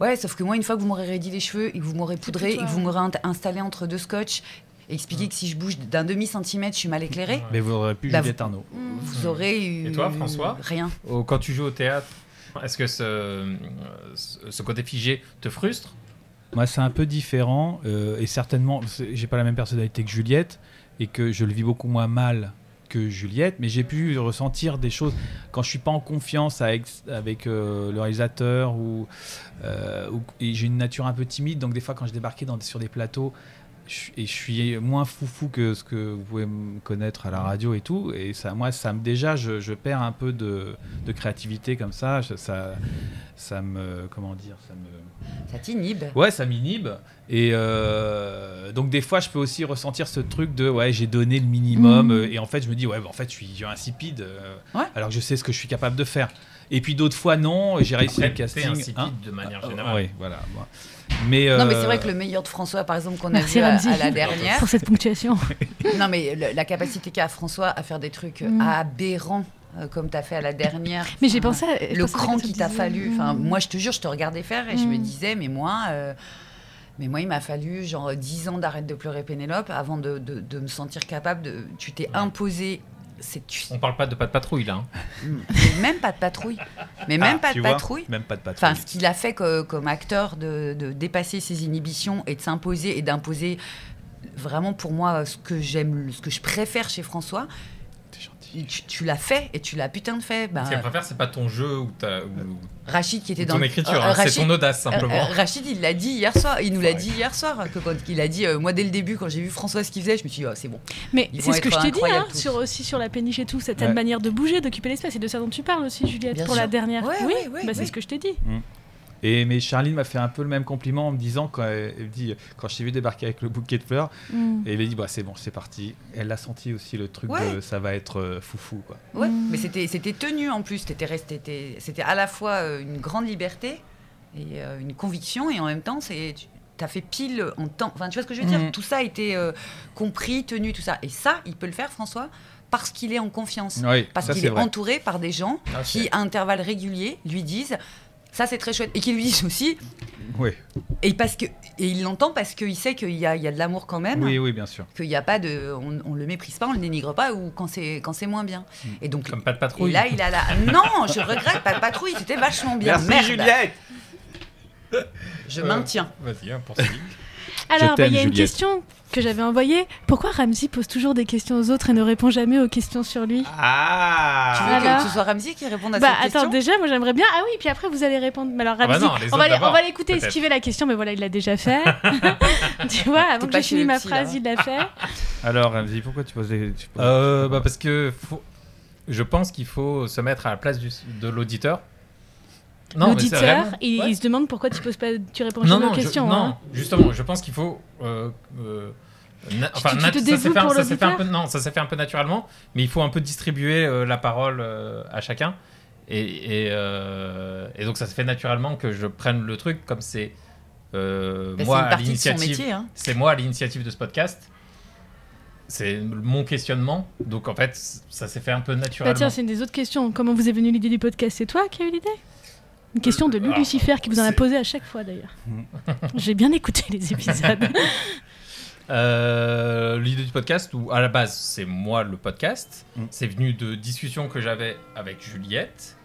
Ouais, sauf que moi, une fois que vous m'aurez raidi les cheveux et que vous m'aurez poudré plus et toi, hein. que vous m'aurez int- installé entre deux scotch, et expliqué que si je bouge d'un demi centimètre, je suis mal éclairée, Ouais. Mais vous auriez pu Bah, Juliette Arnaud. vous aurez eu Et toi, François rien. Au- Quand tu joues au théâtre, est-ce que ce, euh, ce ce côté figé te frustre Moi, c'est un peu différent euh, et certainement, c'est- j'ai pas la même personnalité que Juliette et que je le vis beaucoup moins mal que Juliette, mais j'ai pu ressentir des choses quand je suis pas en confiance avec, avec euh, le réalisateur ou, euh, ou- et j'ai une nature un peu timide, donc des fois quand je débarquais dans, sur des plateaux je suis- et je suis moins foufou que ce que vous pouvez me connaître à la radio et tout, et ça, moi, ça me déjà, je, je perds un peu de, de créativité comme ça, Je- ça, ça me, comment dire, ça me Ça t'inhibe. Ouais, ça m'inhibe. Et euh, donc des fois, je peux aussi ressentir ce truc de ouais, j'ai donné le minimum. Mhm. euh, Et en fait, je me dis ouais, bah, en fait, je suis insipide. euh, Mmh. Ouais. Alors que je sais ce que je suis capable de faire. Et puis d'autres fois, non. J'ai réussi Après, le casting. t'es insipide hein. de manière Euh, générale. ouais, voilà. moi. Mais Non, mais euh, c'est vrai que le meilleur de François, par exemple, qu'on a Merci vu à, Ramzi à la dernière, pour cette ponctuation. non, mais le- la capacité qu'a François à faire des trucs Mm. aberrants, euh, comme t'as fait à la dernière. Mais j'ai Enfin, pensé à- je le pensais à cran quelque qui chose t'a de- fallu. Enfin, Mm. moi, je te jure, je te regardais faire et je me Mm. disais, mais moi, euh, mais moi, il m'a fallu genre 10 ans d'arrêt de pleurer Pénélope avant de, de- de me sentir capable. De, tu t'es imposé. C'est tu- On parle pas de pas de patrouille là. hein. mais même pas de patrouille. Mais même ah, pas tu de vois, patrouille. Même pas de patrouille. Enfin, ce qu'il a fait co- comme acteur de, de dépasser ses inhibitions et de s'imposer et d'imposer vraiment pour moi ce que j'aime, ce que je préfère chez François, T'es gentil. tu, tu l'as fait et tu l'as putain de fait. Bah, Ce qu'elle euh, préfère, c'est pas ton jeu ou ta. ou- Rachid qui était ou dans ton le- écriture, Euh, hein, c'est Rachid- ton audace euh, simplement. euh, Rachid, il l'a dit hier soir. Il nous l'a dit hier soir que quand il a dit, euh, moi dès le début, quand j'ai vu François ce qu'il faisait, je me suis dit, oh, c'est bon. Mais Ils c'est vont ce que je être t'ai dit, incroyables hein, tous. sur, aussi sur la péniche et tout, cette Ouais. manière de bouger, d'occuper l'espace. Et de ça dont tu parles aussi, Juliette, Bien pour sûr. la dernière. Ouais, oui, ouais, ouais, bah, c'est ouais. ce que je t'ai dit. Et mais Charline m'a fait un peu le même compliment en me disant quand elle, elle me dit quand je t'ai vu débarquer avec le bouquet de fleurs Mm. et elle a dit bah c'est bon c'est parti. Elle l'a senti aussi le truc Ouais. de ça va être euh, foufou quoi. Ouais, Mm. mais c'était c'était tenu en plus. T'étais resté, t'étais- c'était à la fois euh, une grande liberté et euh, une conviction, et en même temps, c'est tu- t'as fait pile en temps. Enfin, tu vois ce que je veux dire Mhm. Tout ça a été euh, compris, tenu, tout ça. Et ça, il peut le faire, François, parce qu'il est en confiance, Oui, parce ça qu'il c'est est, vrai. entouré par des gens Ah, qui, c'est- à intervalles réguliers, lui disent. Ça, c'est très chouette. Et qui lui disent aussi. Oui. Et, parce que, et il l'entend parce qu'il sait qu'il y a, il y a de l'amour quand Eh ben. même oui, oui, bien sûr. qu'il n'y a pas de, on, on le méprise pas, on le dénigre pas, ou quand c'est quand c'est moins bien. Et donc Comme pas de et patrouille. là il a la, non, je regrette pas de patrouille, c'était vachement bien. Merde. Je Euh, maintiens. Vas-y, hein, poursuis. Alors, bah, t'aime, il y a une Juliette. question que j'avais envoyée. Pourquoi Ramsey pose toujours des questions aux autres et ne répond jamais aux questions sur lui Ah Tu veux Alors que ce soit Ramsey qui réponde à Bah cette attends, question déjà, moi j'aimerais bien. Ah oui, puis après vous allez répondre. Mais alors Ah bah Ramzi, non, les on autres va aller- on d'abord, va l'écouter peut-être. esquiver la question, mais voilà, il l'a déjà fait. tu vois, avant que pas j'ai chez fini le ma psy, là. phrase, il l'a fait. Alors, Ramzi, pourquoi tu poses des. tu poses- Euh, bah parce que faut- je pense qu'il faut se mettre à la place du- de l'auditeur. mais c'est L'auditeur, vraiment- il, Ouais. il se demande pourquoi tu poses pas, tu réponds non, jamais aux non, je- questions. non, hein. justement, je pense qu'il faut. euh, euh, na- Tu- tu te nat- ça s'est dévoues fait, un- pour ça s'est fait un l'auditeur peu, non, ça s'est fait un peu naturellement, mais il faut un peu distribuer euh, la parole euh, à chacun. Et, et, euh, et donc ça se fait naturellement que je prenne le truc comme c'est euh, Bah, moi c'est une à partie de son l'initiative métier. hein. c'est moi à l'initiative de ce podcast. C'est mon questionnement. Donc en fait, ça s'est fait un peu Bah naturellement. tiens, c'est une des autres questions. Comment vous est venue l'idée du podcast C'est toi qui as eu l'idée Une question de alors, Lucifer qui vous en a c'est- posé à chaque fois d'ailleurs. Euh, Mm. J'ai bien écouté les épisodes. Euh, l'idée du podcast, ou à la base, c'est moi le podcast. Mm. C'est venu de discussions que j'avais avec Juliette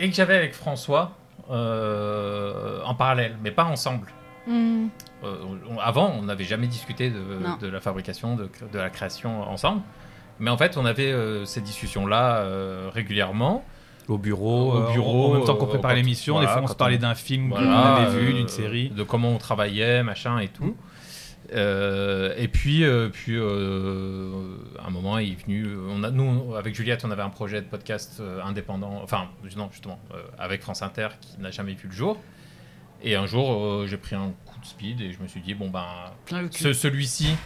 et que j'avais avec François euh, en parallèle, mais pas ensemble. Mm. Euh, on- avant, on n'avait jamais discuté de, Non. de la fabrication, de, de la création ensemble. Mais en fait, on avait euh, ces discussions-là euh, régulièrement. Au bureau, Au euh, bureau, en même temps qu'on euh, préparait quand- l'émission, des voilà, fois on se quand parlait on- d'un film Voilà, qu'on avait vu, euh, d'une série. De comment on travaillait, machin et tout. Euh, et puis, euh, puis euh, à un moment, il est venu. euh, On a, nous, avec Juliette, on avait un projet de podcast euh, indépendant, enfin, non, justement, euh, avec France Inter qui n'a jamais vu le jour. Et un jour, euh, j'ai pris un coup de speed et je me suis dit, bon, ben, Plein le cul. ce- celui-ci,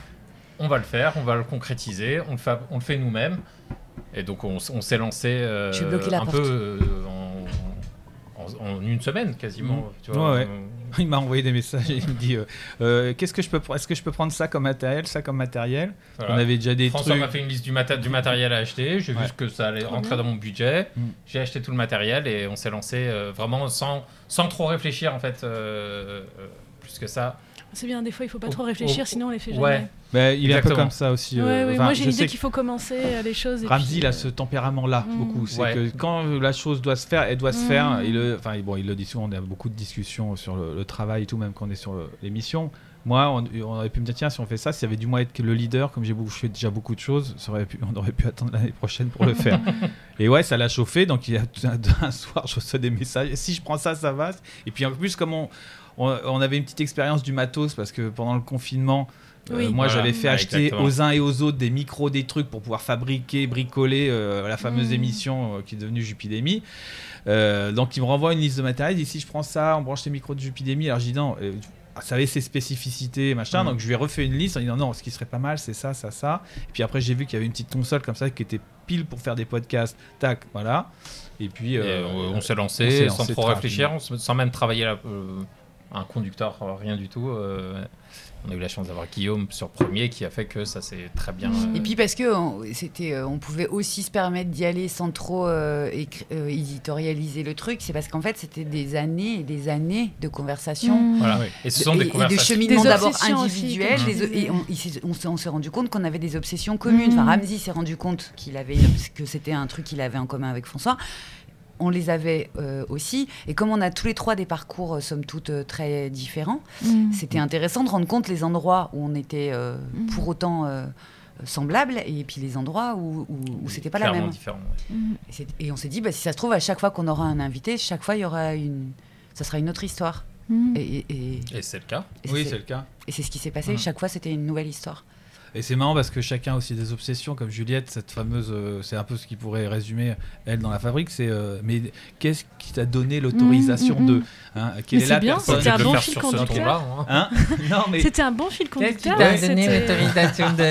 on va le faire, on va le concrétiser, on le fait, on le fait nous-mêmes. Et donc on, s- on s'est lancé euh, Je vais bloquer la un porte. peu euh, en, en- en une semaine quasiment. Mhm. Tu vois, Ouais, ouais. on- Il m'a envoyé des messages et il me dit euh, euh, qu'est-ce que je peux pr- est-ce que je peux prendre ça comme matériel, ça comme matériel voilà. On avait déjà des François m'a trucs. fait une liste du, mata- du matériel à acheter, j'ai Ouais. vu ce que ça allait rentrer dans mon budget, Mhm. j'ai acheté tout le matériel et on s'est lancé euh, vraiment sans, sans trop réfléchir en fait, euh, euh, plus que ça. C'est bien, des fois il faut pas Au- trop réfléchir, au- sinon on les fait jamais. Ouais, Mais Bah, il est un peu Exactement. comme ça aussi. Ouais, euh, ouais, enfin, moi j'ai je l'idée sais qu'il faut commencer euh, les choses. et Ramsey, puis, il a ce tempérament-là, Mm. beaucoup. C'est Ouais. que quand la chose doit se faire, elle doit se Mm. faire. Il le, enfin, bon, il le dit souvent, on a beaucoup de discussions sur le, le travail et tout, même quand on est sur le- l'émission. Moi, on, on aurait pu me dire, tiens, si on fait ça, s'il y avait du moins être que le leader, comme j'ai beaucoup, je fais déjà beaucoup de choses, ça aurait pu, on aurait pu attendre l'année prochaine pour le faire. et ouais, ça l'a chauffé. Donc, il y a tout un, un soir, je reçois des messages. Si je prends ça, ça va. Et puis, en plus, comme on, on- on avait une petite expérience du matos, parce que pendant le confinement, euh, Oui. moi, Voilà, j'avais fait ouais, acheter exactement. aux uns et aux autres des micros, des trucs pour pouvoir fabriquer, bricoler euh, la fameuse Mm. émission euh, qui est devenue Jupidémie. Euh, donc, il me renvoie une liste de matériel. Il dit si je prends ça, on branche les micros de Jupidémie. Alors, je dis non, euh, ça avait ses spécificités, machin. Mm. Donc, je lui ai refait une liste en disant non, ce qui serait pas mal, c'est ça, ça, ça. Et puis après, j'ai vu qu'il y avait une petite console comme ça qui était pile pour faire des podcasts. Tac, voilà. Et puis, Et, euh, euh, on s'est on s'est lancé sans lancé trop très réfléchir, on se- sans même travailler la- euh, un conducteur, euh, rien du tout. euh, on a eu la chance d'avoir Guillaume sur premier qui a fait que ça s'est très bien. Et euh, puis parce que on, c'était, euh, on pouvait aussi se permettre d'y aller sans trop euh, écri- euh, éditorialiser le truc, c'est parce qu'en fait c'était des années et des années de Mm. conversations. voilà. Et ce sont Et- des et de conversations. cheminement Des d'abord obsessions aussi, individuelles. comme des- tu disais. et on, il s'est- on s'est- on s'est rendu compte qu'on avait des obsessions communes. Mm. Enfin, Ramsey s'est rendu compte qu'il avait une obs- que c'était un truc qu'il avait en commun avec François. On les avait euh, aussi. Et comme on a tous les trois des parcours, euh, somme toute, euh, très différents, Mm. c'était intéressant de rendre compte les endroits où on était euh, Mm. pour autant euh, semblables et puis les endroits où, où, où c'était pas la clairement même. différents, ouais. Mm. Et, c'est- et on s'est dit, bah, si ça se trouve, à chaque fois qu'on aura un invité, chaque fois, il y aura une. Ça sera une autre histoire. Mm. Et, et- et- Et c'est le cas. et oui, c'est- c'est le cas. et c'est ce qui s'est passé. Mhm. Chaque fois, c'était une nouvelle histoire. Et c'est marrant parce que chacun a aussi des obsessions, comme Juliette, cette fameuse, euh, c'est un peu ce qui pourrait résumer elle dans la fabrique, c'est euh, mais qu'est-ce qui t'a donné l'autorisation Mmh, mmh, de mmh. hein, Quelle Mais est c'est la bien, personne c'était un Faut bon le faire fil sur ce conducteur. tour-là, hein. Hein Non mais C'était un bon fil conducteur. euh, t'a c'était-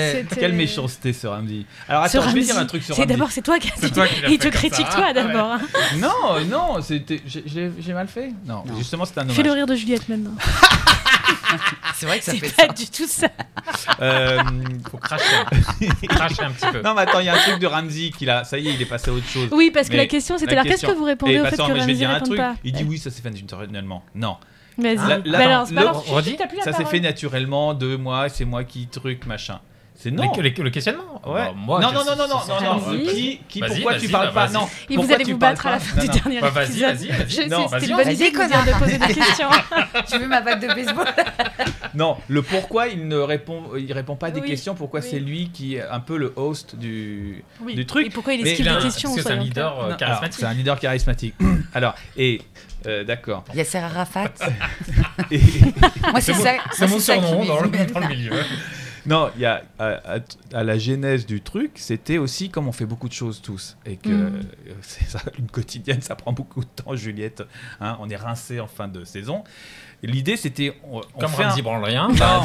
c'était- quelle méchanceté ce Ramdi Alors Ce attends, je vais Ramsey. dire un truc sur C'est Ramdi. d'abord c'est toi qui as C'est dit- toi qui l'as Il fait te comme ça, critique hein. Ah toi Ouais. d'abord. hein. Non, non, c'était j'ai- j'ai j'ai mal fait. Non, Non. justement c'était un Fais le hommage. rire de Juliette maintenant. C'est vrai que ça fait Pas du tout ça. Euh, Faut cracher, un- cracher un petit peu. non mais attends, il y a un truc de Ramzi qu'il a, ça y est, il est passé à autre chose. Oui, parce que Mais la question c'était la alors qu'est-ce que question- vous répondez Et au fait que attends, mais je vais Ramsey dire un réponde truc. pas Il dit oui, ça s'est fait naturellement. Non. Vas-y. Là- là, Bah attends, alors, c'est pas le- grave, tu- redis. t'as plus la Ça s'est parole. fait naturellement de moi, c'est moi qui truc machin. C'est non. Le, le- le questionnement Ouais. Bah, moi, non, je- non, non, c'est- non, non, c'est- non, c'est- non, Vas-y. vas-y. Qui, qui, Vas-y, pourquoi tu vas-y, parles bah, pas vas-y. Non. Et vous Pourquoi allez tu vous parles battre pas à la Non, fin du non. dernier Bah, vas-y, épisode. vas-y, vas-y. Je sais, Non, c'était vas-y. une bonne idée Vas-y, de vous dire de poser des questions. tu veux ma batte de baseball Non, le pourquoi il ne répond, il répond pas à des Oui, questions. Pourquoi oui. c'est lui qui est un peu le host du. Oui. Du truc. Et pourquoi il Mais esquive il a les un- questions Parce que c'est un soyons clairs. leader Non, euh, alors, charismatique. C'est un leader charismatique. alors et euh, d'accord. Yasser Arafat. Et- Moi, c'est mon- ça. C'est mon ça qui surnom me- dans le, dans le milieu. non, il y a à, à- à la genèse du truc, c'était aussi comme on fait beaucoup de choses tous et que Mm. euh, c'est ça, une quotidienne, ça prend beaucoup de temps. Juliette, hein, on est rincé en fin de saison. Et L'idée, c'était on, on Comme fait un- Ramsey branle rien. Non.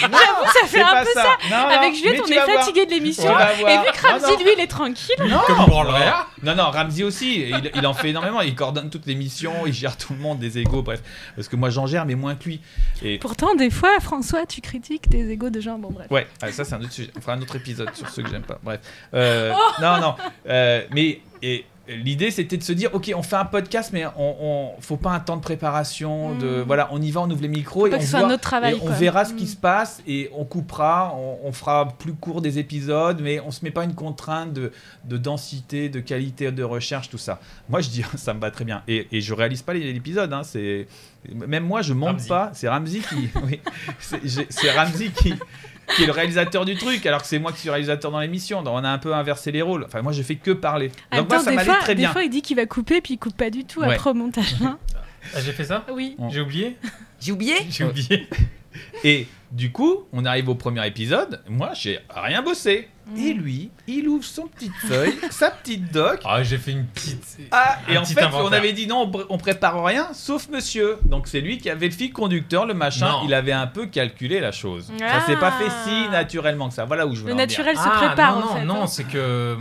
J'avoue, ça C'est fait un pas peu ça. Non, non, Avec Juliette, mais on tu est vas voir. fatigué de l'émission. Tu vas Et voir. vu que Non, non. Ramsey, lui, il est tranquille. Non, Comme branlerait. non, non, Ramsey aussi, et il, il en fait énormément, il coordonne toutes les missions, il gère tout le monde, des égos, bref. Parce que moi j'en gère, mais moins que lui. Et Pourtant, des fois, François, tu critiques tes égos de gens. Bon, bref. ouais, ah, ça c'est un autre sujet, on fera un autre épisode sur ceux que j'aime pas, bref. Euh, Oh Non, non, euh, mais et, l'idée c'était de se dire, ok, on fait un podcast, mais on, on- faut pas un temps de préparation, de Mm. voilà, on y va, on ouvre les micros, et Pas on, que ce soit un voit- autre travail. et on quoi. verra ce Mm. qui se passe et on coupera, on, on fera plus court des épisodes, mais on se met pas une contrainte de, de densité, de qualité de recherche, tout ça. Moi, je dis, ça me va très bien. Et, et je réalise pas les- l'épisode. Hein, c'est même moi, je monte Ramsey. pas. C'est Ramsey qui, oui, c'est j'ai- c'est Ramsey qui, qui est le réalisateur du truc, alors que c'est moi qui suis réalisateur dans l'émission. Donc on a un peu inversé les rôles. Enfin, moi, je fais que parler. Donc moi, Attends, ça des, m'allait fois, très des bien. fois, il dit qu'il va couper, puis il coupe pas du tout Ouais. après au montage. hein. Ah, J'ai fait ça Oui. On- J'ai oublié J'ai oublié J'ai oublié. Et du coup, on arrive au premier épisode. Moi, j'ai rien bossé. Mm. Et lui, il ouvre son petite feuille, sa petite doc. Ah, j'ai fait une petite. Ah, et Un en petit fait, inventaire. on avait dit non, on, pr- on prépare rien, sauf monsieur. Donc c'est lui qui avait le fil conducteur, le machin. Non. Il avait un peu calculé la chose. Ah. Ça s'est pas fait si naturellement que ça. Voilà où je voulais Le en venir. naturel se Ah, prépare, non, en fait. Non, non, hein. c'est que.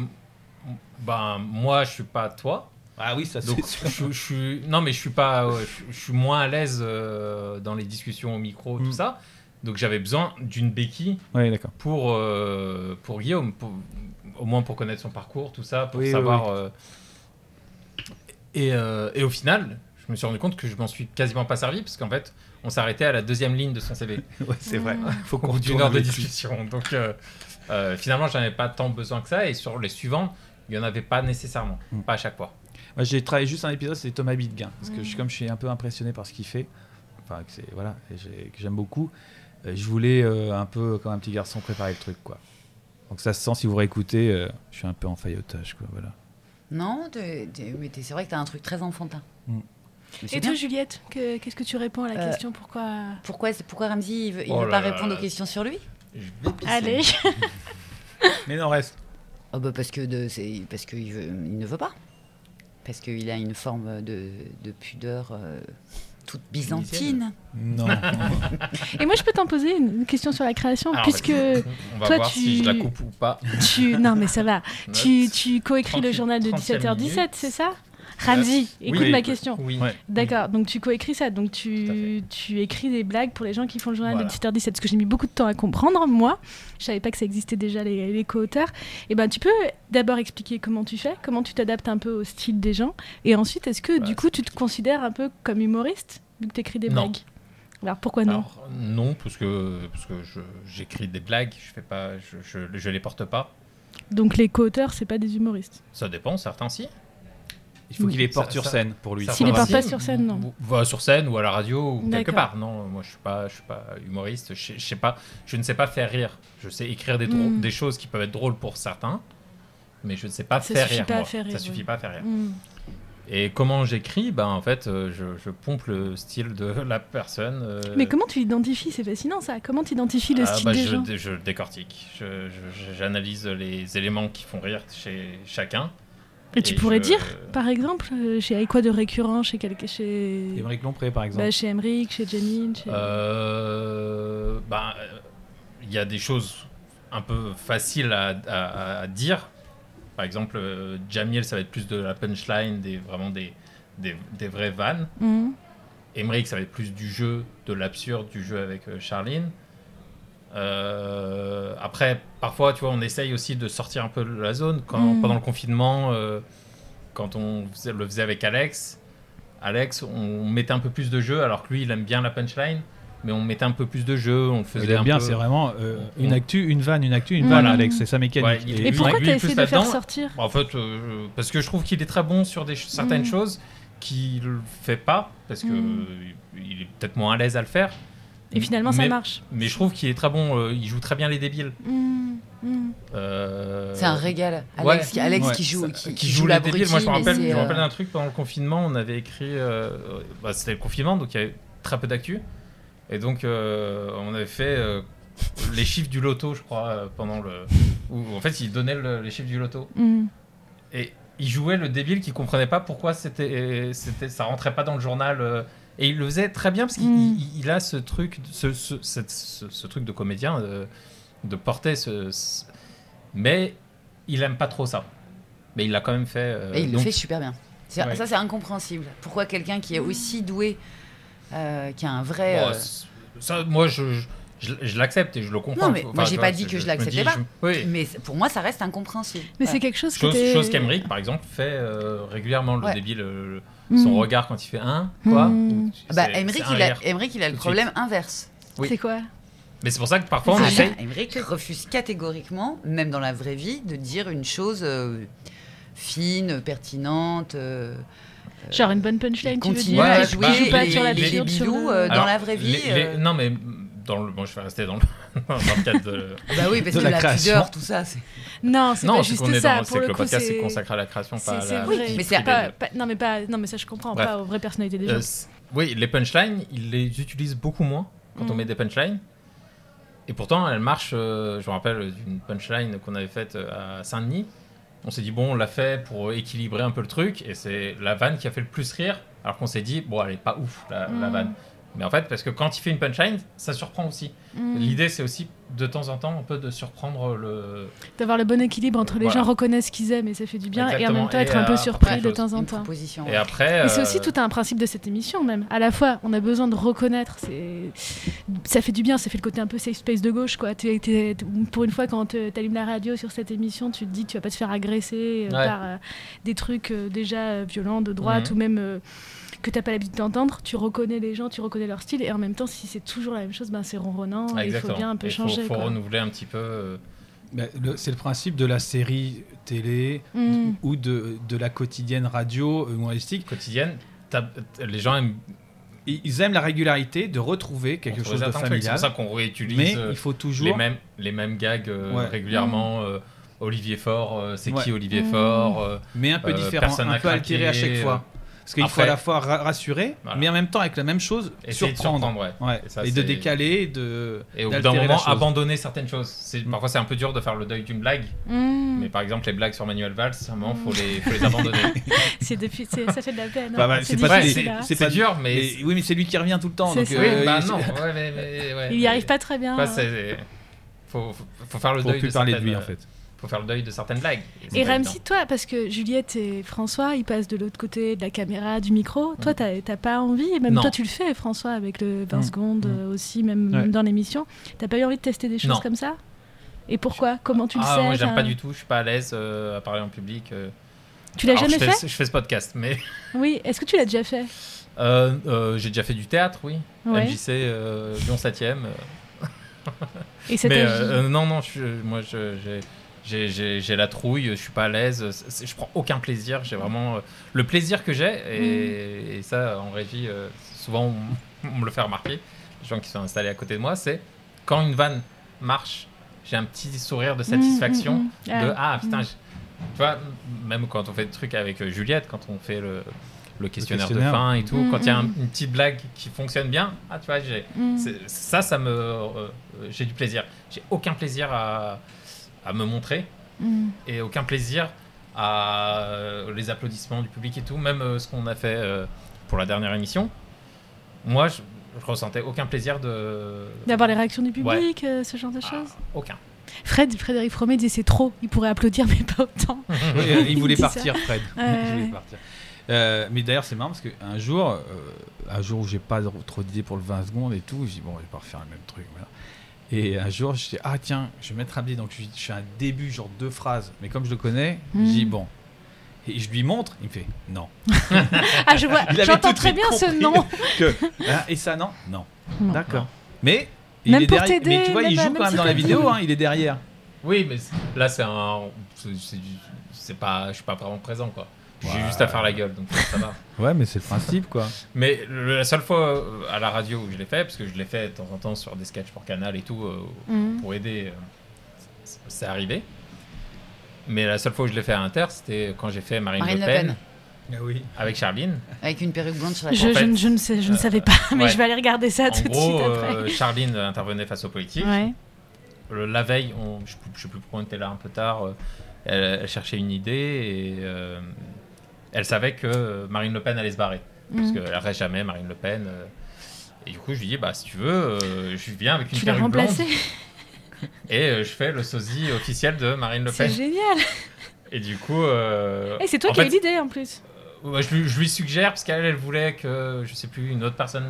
Ben, moi, je suis pas toi. Ah oui, ça Donc, c'est sûr. je, je suis. Non, mais je suis pas. ouais, je, je suis moins à l'aise euh, dans les discussions au micro, tout Mm. ça. Donc, j'avais besoin d'une béquille Oui, d'accord. pour, euh, pour Guillaume, pour- au moins pour connaître son parcours, tout ça, pour Oui, oui, savoir. euh, et, euh, et au final, je me suis rendu compte que je m'en suis quasiment pas servi, parce qu'en fait, on s'arrêtait à la deuxième ligne de son CV, Ouais, c'est vrai. Mm. Faut au qu'on bout d'une tourne heure de avec lui. discussion. Donc, euh, euh, finalement, j'en avais pas tant besoin que ça, et sur les suivants, il y en avait pas nécessairement, Mm. pas à chaque fois. Moi, j'ai travaillé juste un épisode, c'est Thomas Bidguin. Parce que je, suis- comme je suis un peu impressionné par ce qu'il fait, enfin, que c'est- voilà, et j'ai- que j'aime beaucoup, euh, je voulais euh, un peu, comme un petit garçon, préparer le truc, quoi. Donc ça se sent si vous réécoutez, euh, je suis un peu en faillotage, quoi, voilà. Non, t'es- t'es- mais t'es- c'est vrai que t'as un truc très enfantin. Mm. Mais c'est Et bien. toi, Juliette, que- qu'est-ce que tu réponds à la Euh, question Pourquoi pourquoi, pourquoi Ramzi, il veut, il Oh veut là pas là répondre là. aux questions sur lui Allez, Mais non, reste. Oh bah parce que de- c'est parce qu'il veut- il ne veut pas. Parce qu'il a une forme de, de pudeur euh, toute byzantine. Non. et moi je peux t'en poser une, une question sur la création, Ah, Alors, puisque vas-y. Ah, On va toi, voir tu- si je la coupe ou pas. tu... Non mais ça va, tu, Note. tu coécris le 38, journal de 35 17h17, minutes. c'est ça Ramzi, Oui. écoute Oui. ma question. Oui. Ouais. D'accord, donc tu coécris ça, donc Tout à tu, tu écris des blagues pour les gens qui font le journal Voilà. de 17h17, ce que j'ai mis beaucoup de temps à comprendre, moi, je savais pas que ça existait déjà les, les co-auteurs. Et ben tu peux d'abord expliquer comment tu fais, comment tu t'adaptes un peu au style des gens, et ensuite est-ce que Bah, du coup tu te considères un peu comme humoriste, vu que tu écris des Non. Ah. blagues Alors pourquoi non Alors, non, parce que, parce que je- j'écris des blagues, je fais pas, je, je, je les porte pas. Donc les co-auteurs, c'est pas des humoristes. Ça dépend, certains si. Il faut qu'il les porte Ça- sur ça- scène pour lui. Certains S'il les porte si. pas sur scène, non. Ou- va sur scène ou à la radio ou quelque D'accord. part. Non, moi je suis pas, je suis pas humoriste. Je, sais- je sais pas, je ne sais pas faire rire. Je sais écrire des, drôles- Mm. des choses qui peuvent être drôles pour certains, mais je ne sais pas Ça faire suffit rire. pas à moi. faire Ça rire, suffit oui. pas à faire rire. Hmm. Et comment j'écris Ben en fait, euh, je, je pompe le style de la personne. euh, Mais comment tu identifies C'est fascinant ça. Comment tu identifies le ah, style bah, des je, gens dé- je décortique. Je- je- J'analyse les éléments qui font rire chez chacun. Et tu et pourrais je- dire, par exemple, euh, chez quoi de récurrent, chez quelqu'un, chez Émeric Lompré, par exemple. Bah, chez Emmerich, chez Janine, chez... Euh, ben, euh, il y a des choses un peu faciles à, à- à dire. Par exemple, euh, Jamiel, ça va être plus de la punchline, des, vraiment des, des, des vraies vannes. Mhm. Emmerich, ça va être plus du jeu, de l'absurde, du jeu avec euh, Charline. Euh, après, parfois, tu vois, on essaye aussi de sortir un peu de la zone. Quand, Mm. Pendant le confinement, euh, quand on faisait- le faisait avec Alex, Alex, on mettait un peu plus de jeu, alors que lui, il aime bien la punchline, mais on mettait un peu plus de jeu, on le faisait Il aime un bien, peu... c'est vraiment euh, on- une on- actu, une vanne, une actu, une Mm. vanne, Voilà. Alex. C'est sa mécanique. Ouais, il- Et lui, pourquoi lui, t'as plus essayé de le faire là-dedans. sortir En fait, euh, parce que je trouve qu'il est très bon sur des, ch- certaines Mm. choses qu'il ne fait pas, parce qu'il Mm. est peut-être moins à l'aise à le faire. Et finalement, ça Mais- marche. Mais je trouve qu'il est très bon, euh, il joue très bien les débiles. Mhm. Mhm. Euh, C'est un régal. ouais. Alex, qui, Alex Ouais. qui joue, ça- qui, qui qui joue les débiles. l'abruti, Moi, je me mais rappelle, c'est, je me euh, rappelle d'un truc pendant le confinement, on avait écrit. euh, euh, bah, C'était le confinement, donc il y avait très peu d'actu. Et donc, euh, on avait fait euh, les chiffres du loto, je crois, euh, pendant le. Où, en fait, ils donnaient le- les chiffres du loto. Mhm. Et il jouait le débile qui comprenait pas pourquoi c'était, c'était, ça rentrait pas dans le journal. euh, et il le faisait très bien parce qu'il Mm. il- il a ce truc, ce, ce- cette- ce- ce truc de comédien, euh, de porter ce, ce- Mais il aime pas trop ça. Mais il l'a quand même fait. euh, Et il donc- le fait super bien. C'est- Ouais. Ça, c'est incompréhensible. Pourquoi quelqu'un qui est aussi doué, euh, qui a un vrai. Bon, euh, Oh, c'est- ça, moi, je, je, je- je l'accepte et je le comprends. Non, mais Enfin, moi, j'ai tu pas vois, dit que je me l'acceptais dis, pas. je- oui. Mais c'est- pour moi, ça reste incompréhensible. Mais Ouais. c'est quelque chose que Chose, t'es- chose qu'Emeric, par exemple, fait euh, régulièrement, le Ouais. Mm. débile, euh, Mhm. son regard quand il fait un, quoi. Mm. c'est- Bah, c'est Emmerich, un il a, rire. Emmerich, il a Tout le de problème inverse. Oui. C'est quoi Mais c'est pour ça que parfois on Ah, essaye. Emmerich refuse catégoriquement, même dans la vraie vie, de dire une chose euh, fine, pertinente. euh, Genre une bonne punchline, il tu veux continue dire Ouais, à et je jouer joue pas les, sur la les figure, bilous, sur le- euh, dans Alors, la vraie vie. les- les- euh, Non, mais dans le... bon, je vais rester dans le, dans le cadre de... Bah oui, parce de que la la, création. pudeur, tout ça, c'est. Non, c'est Non, pas c'est juste qu'on est ça. dans... Pour c'est que le le coup, podcast, c'est c'est consacré à la création, C'est- pas à c'est la... vrai. vie Mais c'est privée. pas- pas- non mais pas, non mais ça je comprends Bref. pas aux vraies personnalités des gens. Euh, c'est- oui, les punchlines, ils les utilisent beaucoup moins quand on Mm. met des punchlines. Et pourtant, elles marchent. euh, je me rappelle d'une punchline qu'on avait faite euh, à Saint-Denis. On s'est dit, bon, on l'a fait pour équilibrer un peu le truc. Et c'est la vanne qui a fait le plus rire. Alors qu'on s'est dit, bon, elle est pas ouf, la, la Mm. vanne. Mais en fait, parce que quand il fait une punchline, ça surprend aussi. Mm. L'idée, c'est aussi de temps en temps un peu de surprendre le. D'avoir le bon équilibre entre les Voilà. gens reconnaissent ce qu'ils aiment et ça fait du bien et en Exactement. même temps Et être un peu à- surpris après, de chose. temps en Une temps. proposition. Et après. Mais c'est aussi euh, tout un principe de cette émission même. À la fois, on a besoin de reconnaître. c'est- Ça fait du bien, ça fait le côté un peu safe space de gauche. Quoi. T'es- t'es- t'es- pour une fois, quand te- t'allumes la radio sur cette émission, tu te dis tu vas pas te faire agresser euh, Ouais. par euh, des trucs euh, déjà euh, violents de droite Mhm. ou même euh, que t'as pas l'habitude d'entendre. Tu reconnais les gens, tu reconnais leur style. Et en même temps, si c'est toujours la même chose, ben, c'est ronronnant. Ah, et il faut exactement. bien un peu Et faut- changer. Faut, quoi. renouveler un petit peu. euh, Bah, le- c'est le principe de la série télé Mm. ou de, de la quotidienne radio euh, humoristique. quotidienne, t'as- t- les gens aiment ils ils aiment la régularité de retrouver quelque On chose de rejette un truc, C'est familial. pour ça qu'on réutilise Mais euh, il faut les, toujours. mêmes, les mêmes gags euh, Ouais. régulièrement. euh, Olivier Faure, euh, c'est Ouais. qui Olivier Mm. Faure euh, mais un peu Euh, différent, personne un à peu altéré à craquer, chaque fois. Parce qu'il faut Après- à la fois ra- rassurer, Voilà. mais en même temps avec la même chose, Essayer de surprendre. surprendre, ouais. Ouais. Et ça, et de c'est- décaler, de. Et au bout d'un d'altérer la moment, chose. Mm. abandonner certaines choses. C'est- Parfois, c'est un peu dur de faire le deuil d'une blague. Mm. Mmh, Mais par exemple, les blagues sur Manuel Valls, à un moment, faut les, faut les abandonner. C'est depuis- c'est- ça fait de la peine. Bah, hein. bah, c'est c'est pas Ouais, des- difficile. c'est hein. c'est c'est pas- dur, mais. Mais, oui, mais c'est lui qui revient tout le temps. C'est Donc, ça. Oui, euh, bah il- non. ouais, mais- mais- ouais, Il y mais- arrive pas très bien. Bah, hein. c'est- faut, faut- faut faire le Pour deuil plus de parler de certaines- euh, lui, en fait. Faut faire le deuil de certaines blagues. Et C'est pas Ramsey, toi, parce que Juliette et François, ils passent de l'autre côté de la caméra, du micro. Toi, t'as t'as pas envie, et même Non. toi, tu le fais, François, avec le 20 Mmh. Mm. secondes Mm. euh, aussi, même, Ouais. même dans l'émission. T'as pas eu envie de tester des choses Non. comme ça Et pourquoi Comment tu le ah, sais moi j'aime Enfin, pas du tout, je suis pas à l'aise euh, à parler en public. euh. Tu l'as Alors, jamais je fait fais, Je fais ce podcast, mais Oui. Est-ce que tu l'as déjà fait euh, euh, j'ai déjà fait du théâtre, oui. Ouais. MJC euh, Lyon 7ème. euh. Et ça Mais t'a- euh, euh, non, non, je, suis- moi je- j'ai- j'ai- j'ai j'ai la trouille, je suis pas à l'aise, c'est- c'est- je prends aucun plaisir, j'ai vraiment euh, le plaisir que j'ai, Mm. et, et ça en régie, euh, souvent on, on me le fait remarquer, les gens qui sont installés à côté de moi, c'est quand une vanne marche, j'ai un petit sourire de satisfaction. Mm, mm, mm. de Ah. ah putain Mm. je- tu vois même quand on fait des trucs avec euh, Juliette quand on fait le, le questionnaire, questionnaire. de fin et tout Mm, quand il y a un- mm. une petite blague qui fonctionne bien ah tu vois j'ai Mm. c'est- ça ça me euh, euh, j'ai du plaisir j'ai aucun plaisir à, à me montrer Mm. et aucun plaisir à euh, les applaudissements du public et tout même euh, ce qu'on a fait euh, pour la dernière émission moi je, je ressentais aucun plaisir de D'avoir les réactions du Ouais. public, euh, ce genre de Ah, choses. aucun Fred, Frédéric Fromet disait c'est trop. Il pourrait applaudir, mais pas autant. Oui, euh, il Il voulait dit ça. partir, Fred. Ouais, Il voulait ouais. partir. Euh, mais d'ailleurs, c'est marrant parce qu'un jour, euh, un jour où j'ai pas trop d'idées pour le 20 secondes et tout, je dis bon, je vais pas refaire le même truc. voilà. Et un jour, je dis ah tiens, je vais mettre Abdi. Donc je, je fais un début, genre deux phrases. Mais comme je le connais, je dis Mm. bon. Et je lui montre, il me fait non. Ah, je vois. Il avait tout J'entends de très suite bien ce compris. nom. Que, Ah, et ça non Non. Non. D'accord. Mais. Il Même est pour derrière. t'aider, Mais tu vois, même- il joue même quand même si dans la t'aides. vidéo, hein, il est derrière. Oui, mais c- là, c'est un. c'est- c'est du- C'est pas. Je suis pas vraiment présent, quoi. J'ai juste à faire la gueule, donc ça va. Ouais, mais c'est le principe, quoi. Mais le- la seule fois euh, à la radio où je l'ai fait, parce que je l'ai fait de temps en temps sur des sketchs pour Canal et tout, euh, Mm. pour aider, euh, c- c'est arrivé. Mais la seule fois où je l'ai fait à Inter, c'était quand j'ai fait Marine, Marine Le Le Pen, Pen. Eh oui. avec Charline. Avec une perruque blonde sur la Je, En je fait, ne- je ne sais, je ne euh, savais pas, mais ouais. je vais aller regarder ça en Ah, tout de gros, suite après. euh, Charline intervenait face aux politiques. Ouais. Le- la veille, on, je ne sais plus pourquoi on était là un peu tard, euh, elle, elle cherchait une idée et euh, elle savait que euh, Marine Le Pen allait se barrer. Parce Mm. qu'elle reste jamais Marine Le Pen. euh. et du coup, je lui dis, bah, si tu veux, euh, je viens avec une Tu l'as perruque blonde remplacé et euh, je fais le sosie officiel de Marine Le C'est Pen. génial Et du coup... euh, Et c'est toi en qui as fait, eu l'idée en plus ouais, je, lui- je lui suggère, parce qu'elle, elle voulait que, je sais plus, une autre personne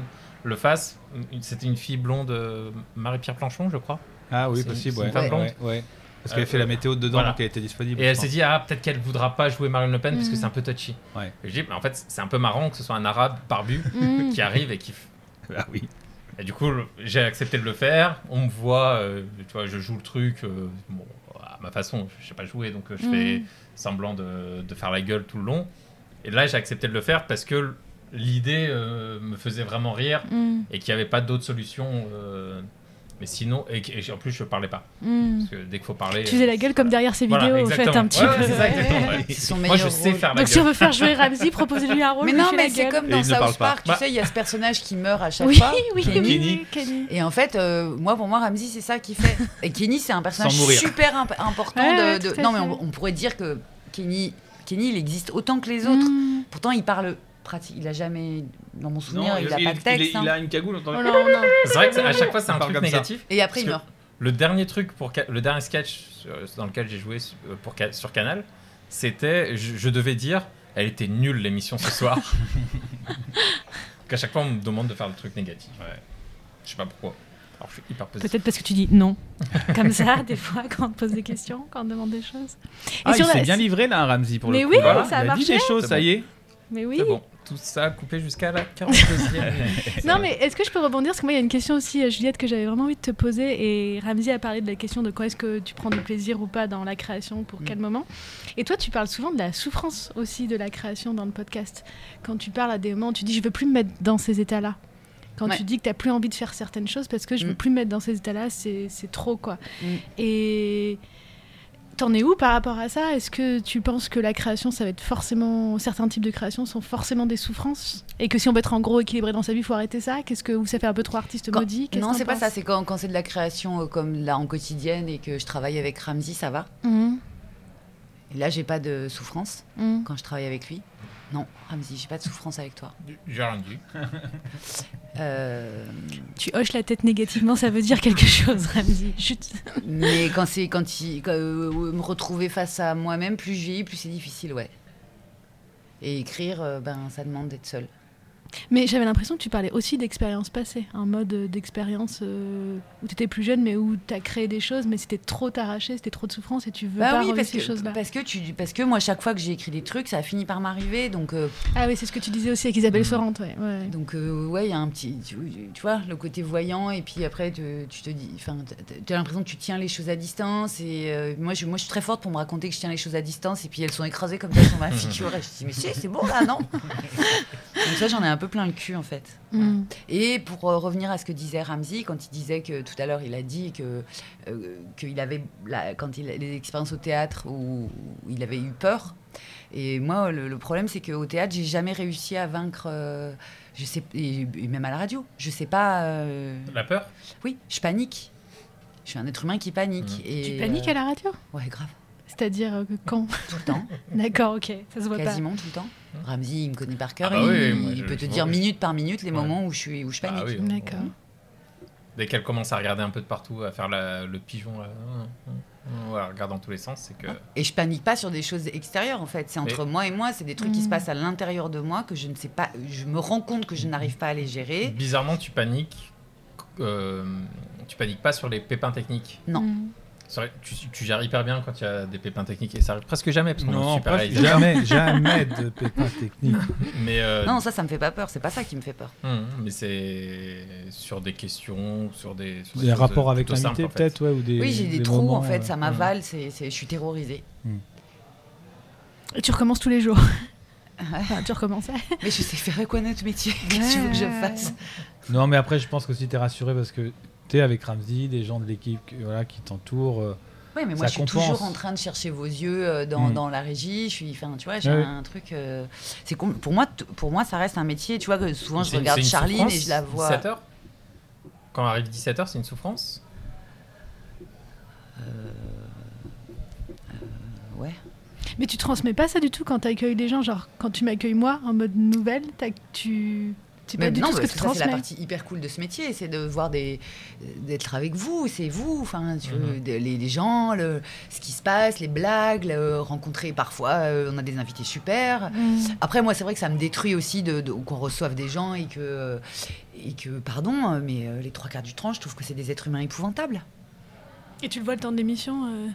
le fasse. Une- C'était une fille blonde, euh, Marie-Pierre Planchon, je crois. Ah oui, C'est- possible, c'est ouais. une femme blonde. ouais, ouais. Parce Euh, qu'elle fait la météo dedans, voilà. donc elle était disponible. Et elle s'est dit, ah, peut-être qu'elle voudra pas jouer Marine Le Pen parce que Mhm. c'est un peu touchy. Ouais. Et je dis, mais en fait, c'est un peu marrant que ce soit un arabe barbu Mm. qui arrive et qui. f- Ah oui. Et du coup, le- j'ai accepté de le faire. On me voit, euh, tu vois, je joue le truc. euh, bon, à ma façon, je sais pas jouer, donc euh, je fais Mhm. semblant de, de faire la gueule tout le long. Et là, j'ai accepté de le faire parce que l'idée euh, me faisait vraiment rire Mm. et qu'il n'y avait pas d'autre solution. euh, mais sinon, et, que- et en plus, je parlais pas. Mm. Parce que dès qu'il faut parler. Tu faisais la euh, gueule comme derrière ces voilà, vidéos, en fait, exactement. un petit Ouais, ouais, peu. c'est ça, exactement, ouais. C'est son Moi, meilleur je sais rôle. faire la Donc si gueule. on veut faire jouer Ramsey, proposez-lui un rôle. Mais lui non, fait la mais c'est gueule. comme Et dans il ne parle South pas. Park, tu Bah. sais, il y a ce personnage qui meurt à chaque Oui, fois. oui, Kenny. oui, oui, Kenny. Et en fait, euh, moi, pour moi, Ramsey, c'est ça qui fait. Et Kenny, c'est un personnage Sans mourir. super imp- important. Ouais, de- ouais, de, tout à Non, mais fait. on, on pourrait dire que Kenny, Kenny, il existe autant que les autres. Mm. Pourtant, il parle pratique. Il a jamais, dans mon souvenir, il, il, a pas de texte. hein. a une cagoule. Oh là, oh là. C'est vrai qu'à chaque fois, c'est On un parle truc comme ça. négatif. Et après, il Parce meurt. Le dernier truc pour Ca- le dernier sketch sur- dans lequel j'ai joué su- euh, pour, Ca- sur Canal, c'était je, je devais dire elle était nulle l'émission ce soir. Qu'à chaque fois on me demande de faire le truc négatif. Je sais pas pourquoi. Alors je suis hyper positif. Peut-être parce que tu dis non. Comme ça, des fois, quand on te pose des questions, quand on te demande des choses. Ah, il sur la- s'est bien livré là, Ramsey, pour Mais le coup. oui, Voilà, ça a il a dit marché. des choses, C'est ça bon. y est. Mais oui. C'est bon. Tout ça coupé jusqu'à la 42e. Non, mais est-ce que je peux rebondir Parce que moi, il y a une question aussi, euh, Juliette, que j'avais vraiment envie de te poser. Et Ramzi a parlé de la question de quoi est-ce que tu prends du plaisir ou pas dans la création, pour quel moment. Et toi, tu parles souvent de la souffrance aussi de la création dans le podcast. Quand tu parles à des moments, tu dis Je veux plus me mettre dans ces états-là. Quand Ouais. tu dis que t'as plus envie de faire certaines choses parce que je veux Mm. plus me mettre dans ces états-là, c'est c'est trop quoi. Mm. Et t'en es où par rapport à ça Est-ce que tu penses que la création, ça va être forcément certains types de créations sont forcément des souffrances et que si on veut être en gros équilibré dans sa vie, faut arrêter ça Qu'est-ce que ou ça fait un peu trop artiste Quand- maudit Qu'est-ce Non, que t'en c'est pas penses ça. C'est quand, quand c'est de la création euh, comme là en quotidienne et que je travaille avec Ramsey, ça va. Mm, Et là, j'ai pas de souffrance mm. quand je travaille avec lui. Non, Ramsey, j'ai pas de souffrance avec toi. J'ai rien dit. Euh, Tu hoches la tête négativement, ça veut dire quelque chose, Ramzi. Chut. mais quand c'est quand il quand, euh, me retrouver face à moi-même, plus je vieillis, plus c'est difficile, ouais. Et écrire, euh, ben ça demande d'être seul. Mais j'avais l'impression que tu parlais aussi d'expérience passée, un mode euh, d'expérience euh, où tu étais plus jeune, mais où tu as créé des choses, mais c'était trop t'arracher, c'était trop de souffrance et tu veux Bah pas oui, revivre parce ces que, choses-là. parce que tu parce que moi chaque fois que j'ai écrit des trucs, ça a fini par m'arriver, donc euh, Ah oui, c'est ce que tu disais aussi avec Isabelle Mm. Sorante. Ouais, ouais. Donc, euh, ouais, il y a un petit. Tu, tu vois, le côté voyant, et puis après, te- tu te dis. Enfin, tu as l'impression que tu tiens les choses à distance, et euh, moi, je, moi, je suis très forte pour me raconter que je tiens les choses à distance, et puis elles sont écrasées comme ça sur ma figure, et je dis, mais si, c'est bon là, non Donc, ça, j'en ai un peu plein le cul, en fait. Mm. Et pour euh, revenir à ce que disait Ramsey, quand il disait que tout à l'heure, il a dit que euh, qu'il avait, la- quand il les expériences au théâtre où, où il avait eu peur. Et moi, le, le problème, c'est qu'au théâtre, j'ai jamais réussi à vaincre. euh, je sais, et, et même à la radio, je sais pas. euh, La peur oui, je panique. Je suis un être humain qui Mmh. panique. Et, Tu paniques à la radio euh, Ouais, grave. C'est-à-dire euh, que quand Tout le temps, D'accord, ok, ça se voit quasiment tout le temps. Ramsey, il me connaît par cœur. Mmh. Ah bah il oui, moi, il je- peut te je dire vois. minute par minute les Ouais. moments où je suis où je panique. Ah oui, pas. on- D'accord. Dès qu'elle commence à regarder un peu de partout, à faire la- le pigeon, là, hein, ouais, elle regarde dans tous les sens, c'est que. Et je panique pas sur des choses extérieures en fait, c'est entre moi et moi, c'est des trucs qui Mm. se passent à l'intérieur de moi que je ne sais pas, je me rends compte que je n'arrive pas à les gérer. Bizarrement, tu paniques. euh, tu paniques pas sur les pépins techniques. Non. Mm. Sur les- tu, tu gères hyper bien quand il y a des pépins techniques et ça arrive presque jamais parce qu'on est Non, super presque réalisateur. jamais, jamais de pépin technique. Mais, euh, Non, ça ça me fait pas peur, c'est pas ça qui me fait peur. hum, mais c'est sur des questions, sur des. sur Des choses rapports avec plutôt simples, l'invité, en fait. peut-être, ouais, ou des. oui, j'ai des, trous moments, en fait, euh, ça m'avale, c'est, c'est- je suis terrorisée. Et tu recommences tous les jours. Enfin, tu recommences. Mais je sais faire quoi notre métier Qu'est-ce que tu veux que je fasse Non, mais après, je pense que si t'es rassuré parce que t'es avec Ramsey, des gens de l'équipe que- voilà, qui t'entourent. euh, Oui, mais moi Ça je suis compense. toujours en train de chercher vos yeux euh, dans, Mm. dans la régie, je suis enfin tu vois, j'ai Ah oui. un truc euh, c'est com- pour moi t- pour moi ça reste un métier, tu vois que souvent je C'est une- regarde c'est une Charline et souffrance, je la vois 17 heures Quand arrive 17h, c'est une souffrance ouais. Mais tu transmets pas ça du tout quand tu accueilles les gens, genre quand tu m'accueilles moi en mode nouvelle, t'as- tu. C'est pas Mais du non, tout ce que parce tu que ça, c'est la transmets. partie hyper cool de ce métier, c'est de voir des, d'être avec vous, c'est vous, enfin, tu- Mhm. de- les, les gens, le, ce qui se passe, les blagues, le- rencontrer parfois, euh, on a des invités super. Mm. Après, moi, c'est vrai que ça me détruit aussi de, de- qu'on reçoive des gens et que, et que, pardon, mais euh, les trois quarts du temps, je trouve que c'est des êtres humains épouvantables. Et tu le vois le temps de l'émission euh,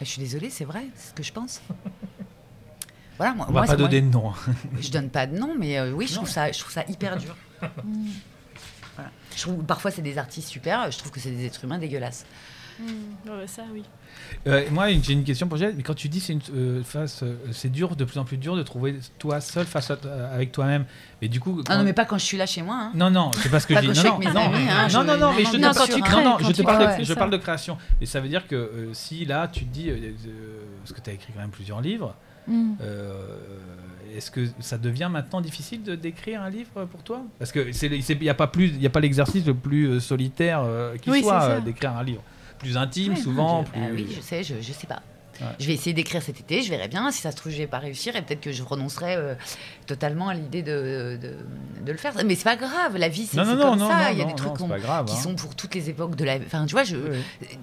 Je suis désolée, c'est vrai, c'est ce que je pense. Voilà, moi, On moi, va pas c'est- moi, donner de nom. hein. je donne pas de nom, mais euh, oui, je trouve, ça, je trouve ça hyper dur. Voilà. Je trouve, parfois, c'est des artistes super, je trouve que c'est des êtres humains dégueulasses. bah ouais, ça, oui. Euh, moi, une- j'ai une question pour Gilles. Mais quand tu dis c'est une euh, face, euh, c'est dur, de plus en plus dur de trouver toi seul face à, euh, avec toi-même. Mais du coup, Ah non, quand- mais pas quand je suis là chez moi. hein. non, non, c'est parce que Pas j'ai que je non, suis non, avec mes non, amis, hein, non, je- non, non, mais non, je non, quand te parle, tu crées, non, non, quand je te tu parle, crées, de, je ouais, parle ça. de création. Mais ça veut dire que euh, si là, tu te dis, euh, euh, parce que tu as écrit quand même plusieurs livres, euh, est-ce que ça devient maintenant difficile de d'écrire un livre pour toi Parce que c'est le- c'est- il n'y a pas plus, il y a pas l'exercice le plus euh, solitaire euh, qui Oui, soit c'est ça. euh, d'écrire un livre, plus intime Ouais, souvent. non, je- plus... bah oui, je sais, je, je sais pas. Ouais. Je vais essayer d'écrire cet été, je verrai bien. Si ça se trouve, je vais pas réussir et peut-être que je renoncerai euh, totalement à l'idée de, de, de le faire. Mais c'est pas grave, la vie, c'est Non, c'est non, comme non, non, ça. non, Il y a des non, trucs non, c'est qu'on- pas grave, qui hein. sont pour toutes les époques de la. Enfin, tu vois, je. Oui,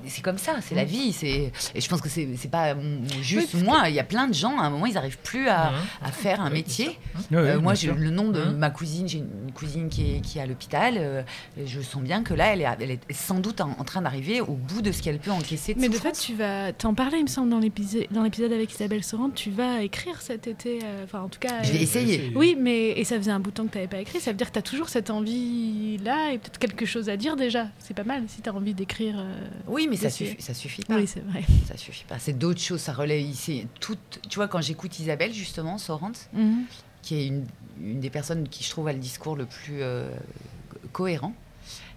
C'est comme ça, c'est la vie. C'est et je pense que c'est c'est pas mm, Oui, juste parce moi. Il y a plein de gens à un moment ils arrivent plus à, Mhm. à faire un Oui, métier. Oui, oui, Euh, moi, bien j'ai sûr. le nom de Mhm. ma cousine. J'ai une cousine qui est, qui est à l'hôpital. euh, et je sens bien que là, elle est, elle est sans doute en, en train d'arriver au bout de ce qu'elle peut encaisser. De Mais de fait, souffrance. tu vas t'en parler, il me semble, dans l'épisode, dans l'épisode avec Isabelle Sorante. Tu vas écrire cet été, euh, enfin, en tout cas. Je vais euh, essayer. Oui, mais et ça faisait un bout de temps que tu n'avais pas écrit. Ça veut dire que tu as toujours cette envie-là et peut-être quelque chose à dire déjà. C'est pas mal si tu as envie d'écrire. euh, Oui, mais ça d'essayer. suffit, ça suffit pas. Oui, c'est vrai. Ça suffit pas. C'est d'autres choses. Ça relève ici. Tout, tu vois, quand j'écoute Isabelle justement, Sorrente, qui est une, une des personnes qui je trouve a le discours le plus euh, cohérent,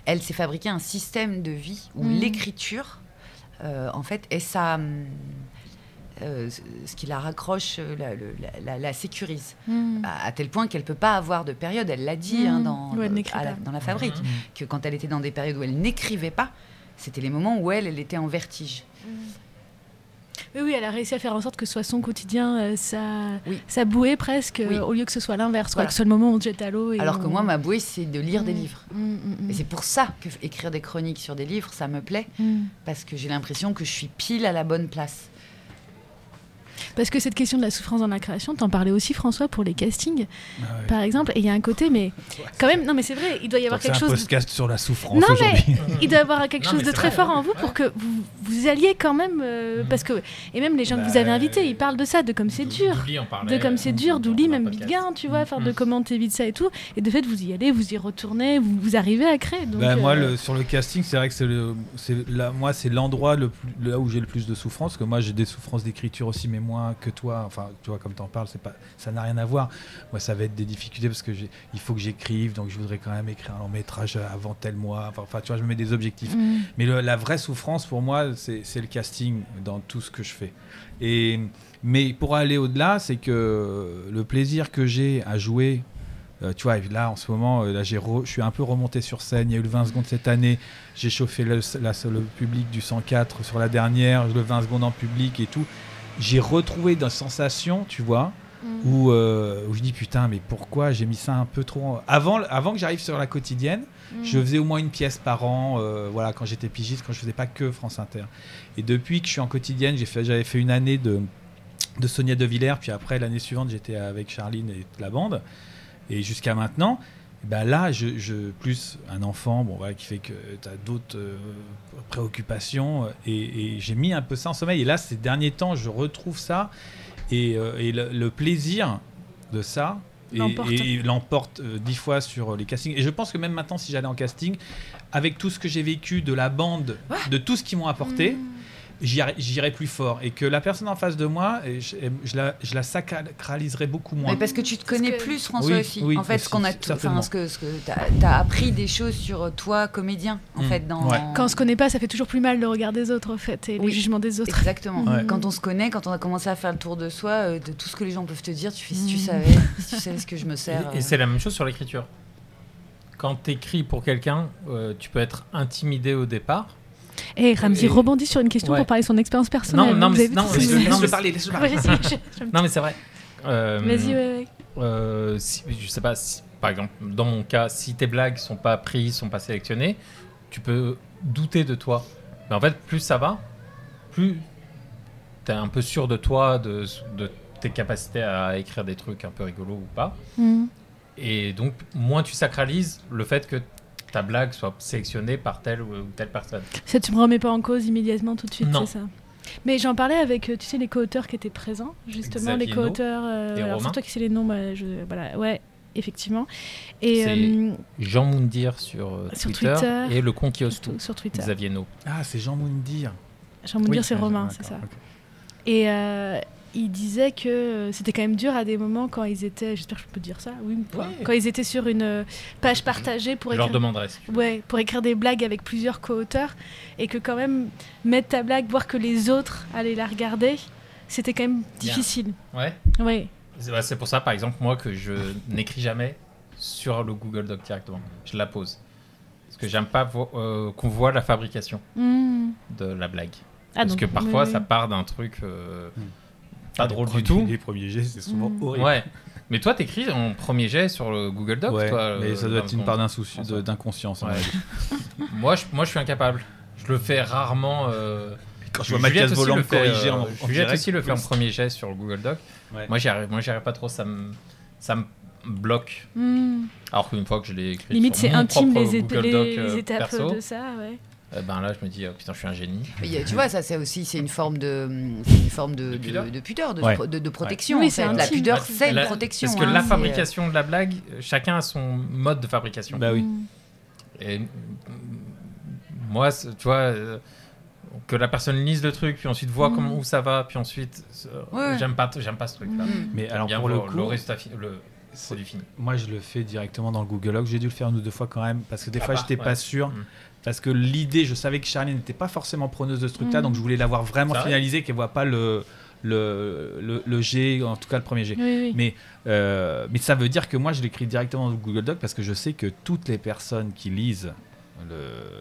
elle s'est fabriqué un système de vie où Mhm. l'écriture, euh, en fait, est sa. hum, euh, ce- ce qui la raccroche, euh, la, le- la- la- la sécurise, Hmm. à, à tel point qu'elle peut pas avoir de période. Elle l'a dit hein, Mhm. dans, Où elle dans- n'écrit à la- pas. dans la fabrique que quand elle était dans des périodes où elle n'écrivait pas, c'était les moments où elle, elle était en vertige. Oui, oui, elle a réussi à faire en sorte que ce soit son quotidien, euh, sa, Oui. sa bouée presque, Oui. euh, au lieu que ce soit l'inverse, quoi, Voilà. que ce soit le moment où on te jette à l'eau. et Alors que on- moi, ma bouée, c'est de lire des Mm, livres. Mm, mm, Et mm, c'est pour ça que f- écrire des chroniques sur des livres, ça me plaît, mm. parce que j'ai l'impression que je suis pile à la bonne place. Parce que cette question de la souffrance dans la création, t'en parlais aussi François pour les castings, Ah par exemple, et il y a un côté, mais quand même, non mais c'est vrai, il doit y avoir quelque chose... de- sur la souffrance Non mais il doit y avoir quelque Non, chose mais de c'est très vrai, fort ouais. en vous pour que vous, vous alliez quand même euh, Mm. Mhm. parce que et même les gens que vous Bah, avez invités ils parlent de ça de comme c'est dur Douli en parlait, de comme c'est euh, dur, dans d'ouli un même podcast. Bitgain, tu vois, enfin de Mm. comment t'évites ça et tout. Et de fait, vous y allez, vous y retournez, vous, vous arrivez à créer. Donc, Ben, Bah, moi, euh, le- sur le casting, c'est vrai que c'est le- c'est là, moi, c'est l'endroit le plus- là où j'ai le plus de souffrance, parce que moi, j'ai des souffrances d'écriture aussi, mais moins que toi. Enfin, tu vois, comme t'en parles, c'est pas, ça n'a rien à voir. Moi, ça va être des difficultés parce que j'ai- il faut que j'écrive, donc je voudrais quand même écrire un long métrage avant tel mois. Enfin, Enfin, tu vois, je me mets des objectifs. mm. Mais le- la vraie souffrance pour moi, c'est c'est le casting dans tout ce que je fais. Et, mais pour aller au-delà, c'est que le plaisir que j'ai à jouer, euh, tu vois, et là en ce moment, euh, là, j'ai re- je suis un peu remonté sur scène. Il y a eu le 20 secondes cette année. J'ai chauffé le, la- le public du 104 sur la dernière, le 20 secondes en public et tout. J'ai retrouvé des sensations, tu vois, Mm. où, euh, où je dis putain, mais pourquoi j'ai mis ça un peu trop. en- Avant, avant que j'arrive sur la quotidienne, je faisais au moins une pièce par an, euh, voilà, quand j'étais pigiste, quand je faisais pas que France Inter. Et depuis que je suis en quotidienne, j'ai fait, j'avais fait une année de, de Sonia De Villers, puis après l'année suivante, j'étais avec Charline et toute la bande. Et jusqu'à maintenant, ben là, je, je- plus un enfant, bon, voilà, qui fait que tu as d'autres euh, préoccupations, euh, et, et j'ai mis un peu ça en sommeil. Et là, ces derniers temps, je retrouve ça, et, euh, et le, le plaisir de ça. Et, L'emporte. et il l'emporte euh, dix fois sur euh, les castings. Et je pense que même maintenant, si j'allais en casting, avec tout ce que j'ai vécu de la bande, de tout ce qu'ils m'ont apporté, j'irai j'irai plus fort. Et que la personne en face de moi, et je, et je la, je la sacraliserai beaucoup moins. Mais parce que tu te connais Parce que- plus, François Oui, aussi. oui, en fait, aussi, ce qu'on a, tout- certainement. enfin, ce que, ce que t'as as appris des choses sur toi, comédien, en Mm. fait, dans. Ouais. Quand on se connaît pas, ça fait toujours plus mal le regard des autres, en fait, et le Oui. jugement des autres. Exactement. Ouais. Quand on se connaît, quand on a commencé à faire le tour de soi, euh, de tout ce que les gens peuvent te dire, tu fais si tu Mm. savais, si tu savais ce que je me sers. Et, et euh. c'est la même chose sur l'écriture. Quand tu écris pour quelqu'un, euh, tu peux être intimidé au départ. Et Ramsey Et- rebondit Eh, sur une question Ouais. pour parler de son expérience personnelle. non, Vous mais- avez vu non, tout mais- ce- non, mais- laisse-le Ouais, si, je- je- Non, mais c'est vrai. Euh, Vas-y, ouais, ouais. euh, si- je sais pas, si, par exemple, dans mon cas, si tes blagues sont pas prises, sont pas sélectionnées, tu peux douter de toi. Mais en fait, plus ça va, plus tu es un peu sûr de toi, de, de tes capacités à écrire des trucs un peu rigolos ou pas. Mm. Et donc, moins tu sacralises le fait que ta blague soit sélectionnée par telle ou ou telle personne. Ça, tu me remets pas en cause immédiatement tout de suite, Non. c'est ça mais j'en parlais avec, euh, tu sais, les co-auteurs qui étaient présents, justement, les Xavier No co-auteurs. euh, et alors, c'est Romain. toi qui sais les noms, bah, je- voilà, ouais, effectivement. Et C'est- euh, Jean Moundir sur, euh, Sur Twitter, Twitter. et le con qui ose tout, sur Twitter. Xavier No. Ah, c'est Jean Moundir. J'ai envie de Oui, dire, c'est ah, Romain, d'accord, c'est ça. ok. Et euh, il disait que euh, c'était quand même dur à des moments quand ils étaient, j'espère que je peux dire ça, oui, enfin, quand ils étaient sur une euh, page partagée pour Je leur écrire, demanderai. si tu veux. ouais, pour écrire des blagues avec plusieurs co-auteurs et que quand même mettre ta blague, voir que les autres allaient la regarder, c'était quand même difficile. Ouais. Ouais. C'est bah, c'est pour ça, par exemple, moi, que je n'écris jamais sur le Google Doc directement. Je la pose. Parce que j'aime pas vo- euh, qu'on voit la fabrication Mmh. de la blague. Ah, Parce donc, que parfois, oui, ça oui. part d'un truc euh, Mm. pas Les drôle du premiers- tout. Les premiers jets, c'est souvent Mm. horrible. Ouais. Mais toi, t'écris en premier jet sur le Google Doc, Ouais, toi, mais euh, ça doit dans être le une part compte. d'insouci- de- d'inconscience. hein. en Ouais. vrai. Moi je, moi, je suis incapable. Je le fais rarement. euh, Quand je vois Juliette Mathias aussi Volant le me fait, corriger euh, en, en Juliette direct, aussi le fait en plus. premier jet sur le Google Doc. Ouais. Moi, j'y arrive, moi, j'y arrive pas trop. Ça me, ça me bloque. Mmh. Alors qu'une fois que je l'ai écrit Limite, sur c'est mon intime propre les, éta- Google les- Doc, les euh, étapes perso, de ça, ouais. euh, ben là, je me dis, oh, putain, je suis un génie. Mais il y a- tu vois, ça, c'est aussi c'est une forme de, hum, c'est une forme de, De pudeur de, de pudeur, de, Ouais. pro- de- de protection. Oui, en c'est fait. La intime. pudeur, Ouais. c'est une La- protection. Parce que hein, la c'est, euh, fabrication de la blague, euh, chacun a son mode de fabrication. Bah oui. Mmh. Et mm, moi, c'est- tu vois, euh, que la personne lise le truc, puis ensuite voit Mm. comment, où ça va, puis ensuite, euh, Mmh. Ouais. j'aime pas, j'aime pas ce truc-là. Mm. Mais alors Bien pour le voir coup, résultat fi- le- produit fini. Moi, je le fais directement dans le Google Doc. J'ai dû le faire une ou deux fois quand même, parce que des À fois, part, j'étais Ah ouais. pas sûr. Mm. Parce que l'idée, je savais que Charlie n'était pas forcément preneuse de ce truc-là, Mm. donc je voulais l'avoir vraiment Ça va. finalisé, qu'elle voit pas le, le, le, le G, en tout cas le premier G. Oui, oui. Mais, euh, mais ça veut dire que moi, je l'écris directement dans Google Doc parce que je sais que toutes les personnes qui lisent, le...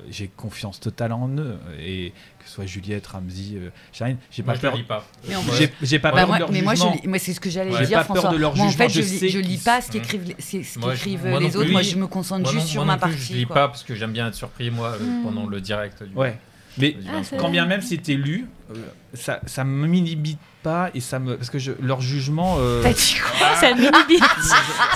j'ai confiance totale en eux. Et que ce soit Juliette, Ramsey, euh, Charline, j'ai Moi, pas je le peur. lis pas. Mais on- J'ai j'ai pas Bah, peur moi- de leur mais moi, je jugement. lis- moi, c'est ce que j'allais J'ai dire, pas peur François. de leur moi, en jugement, fait, je, je lis, sais je lis qu'ils- pas ce Mm. qu'écrivent les- c'est- ce Moi, je- qu'écrivent moi non les autres. plus. Moi, je me concentre Moi non- juste sur moi ma non plus, partie. Je lis quoi. Mmh. pas parce que j'aime bien être surpris moi euh, Mm. pendant le direct. Du Ouais. Mais du Ah, 23. c'est quand bien même c'était lu, euh, ça ça me m'inhibite pas et ça me parce que je, leur jugement euh, T'as dit quoi Ça mini-bite.